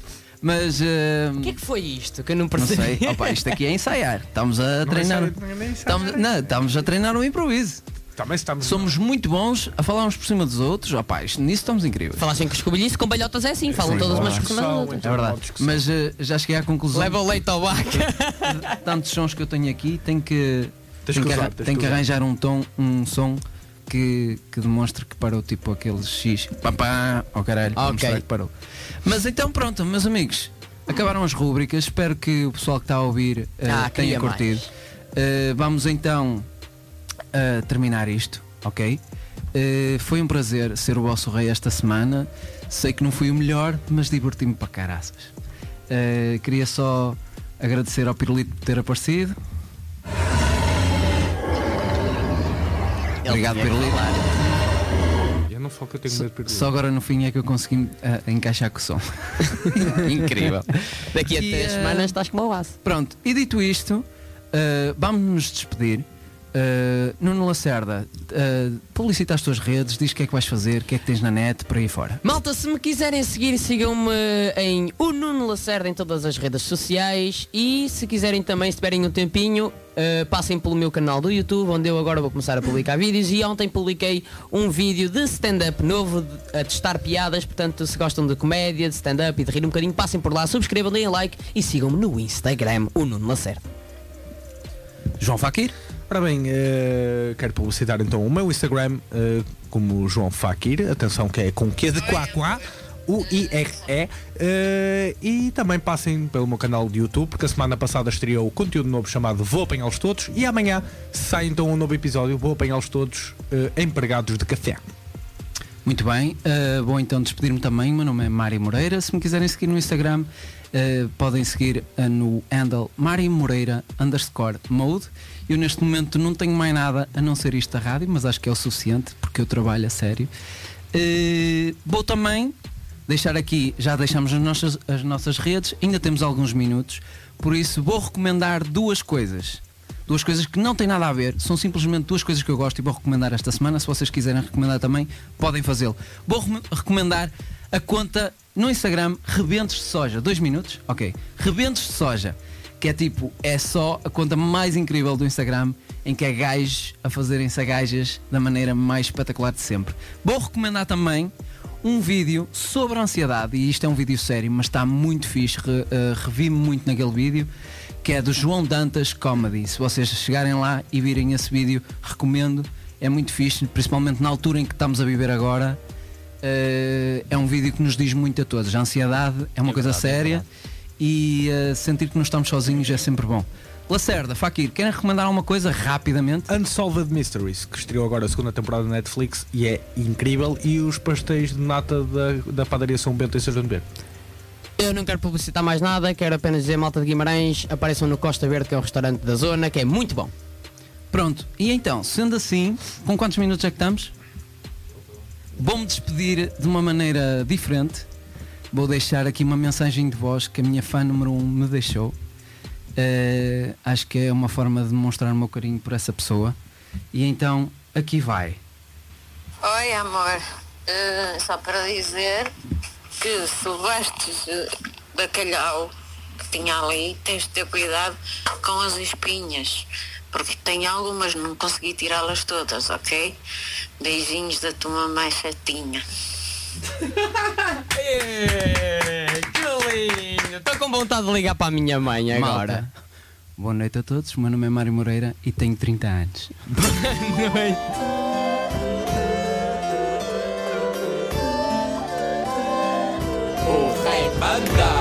C: mas. eh,
B: O que é que foi isto que eu não
C: Não
B: percebi? [laughs]
C: sei. Opa, isto aqui é ensaiar. Estamos a treinar.
A: ensaio- não é nem ensaiar.
C: Estamos, não, estamos a treinar um improviso.
A: Também Tá, estamos.
C: Somos muito bons a falarmos por cima dos outros. Opá, isto- nisso estamos incríveis.
B: Falassem que escobilhice com balhotas é assim, falam todas umas por cima das outras.
C: É verdade. Mas eh, já cheguei à conclusão.
B: Leva o leite ao vaca.
C: Tantos sons que eu tenho aqui, tenho que.
A: Tens
C: tem
A: que
C: que,
A: usar,
C: arran-
A: tens
C: tem
A: que
C: que
A: usar.
C: arranjar um tom, um som que, que demonstre que parou, tipo aquele X. Pá, pá, oh caralho, para
B: Ok.
C: mostrar que parou. Mas então pronto, meus amigos, acabaram as rúbricas. Espero que o pessoal que está a ouvir eh,
B: Ah,
C: tenha
B: queria mais.
C: curtido. Eh, vamos então eh, terminar isto, ok? Eh, foi um prazer ser o vosso rei esta semana. Sei que não fui o melhor, mas diverti-me para caraças. Eh, queria só agradecer ao Pirulito por ter aparecido.
B: Ele
C: Obrigado,
B: tinha que
C: Pirulito.
B: falar.
A: Eu não falo é que eu tenho
C: Só,
A: medo de perder.
C: só agora no fim é que eu consegui ah, encaixar com o som. [laughs] Incrível.
B: Daqui a
C: E,
B: três
C: eh,
B: semanas estás como o aço.
C: Pronto, e dito isto, ah, vamos nos despedir. Ah, Nuno Lacerda, ah, publicita as tuas redes, diz o que é que vais fazer, o que é que tens na net, por aí fora.
B: Malta, se me quiserem seguir, sigam-me em o Nuno Lacerda em todas as redes sociais e se quiserem também, se tiverem um tempinho, eh, passem pelo meu canal do YouTube, onde eu agora vou começar a publicar vídeos e ontem publiquei um vídeo de stand-up novo de- a testar piadas, portanto se gostam de comédia, de stand-up e de rir um bocadinho, passem por lá, subscrevam, deem like e sigam-me no Instagram, o Nuno Lacerda.
C: João Faquir?
A: Ora bem, eh, quero publicitar então o meu Instagram eh, como João Fakir, atenção que é com Q de Quá Quá, U-I-R-E, eh, e também passem pelo meu canal de YouTube, porque a semana passada estreou o conteúdo novo chamado Vou Apanhá-los Todos, e amanhã sai então um novo episódio, Vou Apanhá-los Todos eh, Empregados de Café.
C: Muito bem, ah, vou então despedir-me também. O meu nome é Mário Moreira. Se me quiserem seguir no Instagram, ah, podem seguir ah, no handle Mário Moreira underscore mode. Eu neste momento não tenho mais nada a não ser isto da rádio, mas acho que é o suficiente porque eu trabalho a sério. Ah, vou também deixar aqui, já deixamos as nossas, as nossas redes, ainda temos alguns minutos, por isso vou recomendar duas coisas. Duas coisas que não têm nada a ver, são simplesmente duas coisas que eu gosto e vou recomendar esta semana. Se vocês quiserem recomendar também, podem fazê-lo. Vou re- recomendar a conta no Instagram Rebentos de Soja. Dois minutos? Ok. Rebentos de Soja, que é tipo, é só a conta mais incrível do Instagram em que há gajos a fazerem-se a gajas da maneira mais espetacular de sempre. Vou recomendar também um vídeo sobre a ansiedade, e isto é um vídeo sério, mas está muito fixe, re, eh, revi-me muito naquele vídeo, que é do João Dantas Comedy. Se vocês chegarem lá e virem esse vídeo, recomendo, é muito fixe, principalmente na altura em que estamos a viver agora. Eh, é um vídeo que nos diz muito a todos. A ansiedade é uma
B: É
C: coisa
B: verdade, é
C: séria
B: verdade.
C: e eh, sentir que não estamos sozinhos é sempre bom. Lacerda, Fakir, querem recomendar alguma coisa rapidamente?
A: Unsolved Mysteries, que estreou agora a segunda temporada da Netflix e é incrível, e os pastéis de nata da, da padaria São Bento em Sejam de Bento.
B: Eu não quero publicitar mais nada, quero apenas dizer malta de Guimarães, apareçam no Costa Verde, que é um restaurante da zona, que é muito bom.
C: Pronto, e então, sendo assim, com quantos minutos é que estamos? Vou-me despedir de uma maneira diferente. Vou deixar aqui uma mensagem de voz que a minha fã número 1 um me deixou. Eh, acho que é uma forma de demonstrar o meu carinho por essa pessoa. E então, aqui vai.
D: Oi, amor. Eh, só para dizer que se levastes eh, bacalhau que tinha ali, tens de ter cuidado com as espinhas, porque tem algumas, não consegui tirá-las todas, ok? Beijinhos da tua mamãe chatinha.
B: Que lindo! Estou com vontade de ligar para a minha mãe É agora.
C: Malta. Boa noite a todos. O meu nome é Mário Moreira e tenho 30 anos.
E: O Rei Mandar.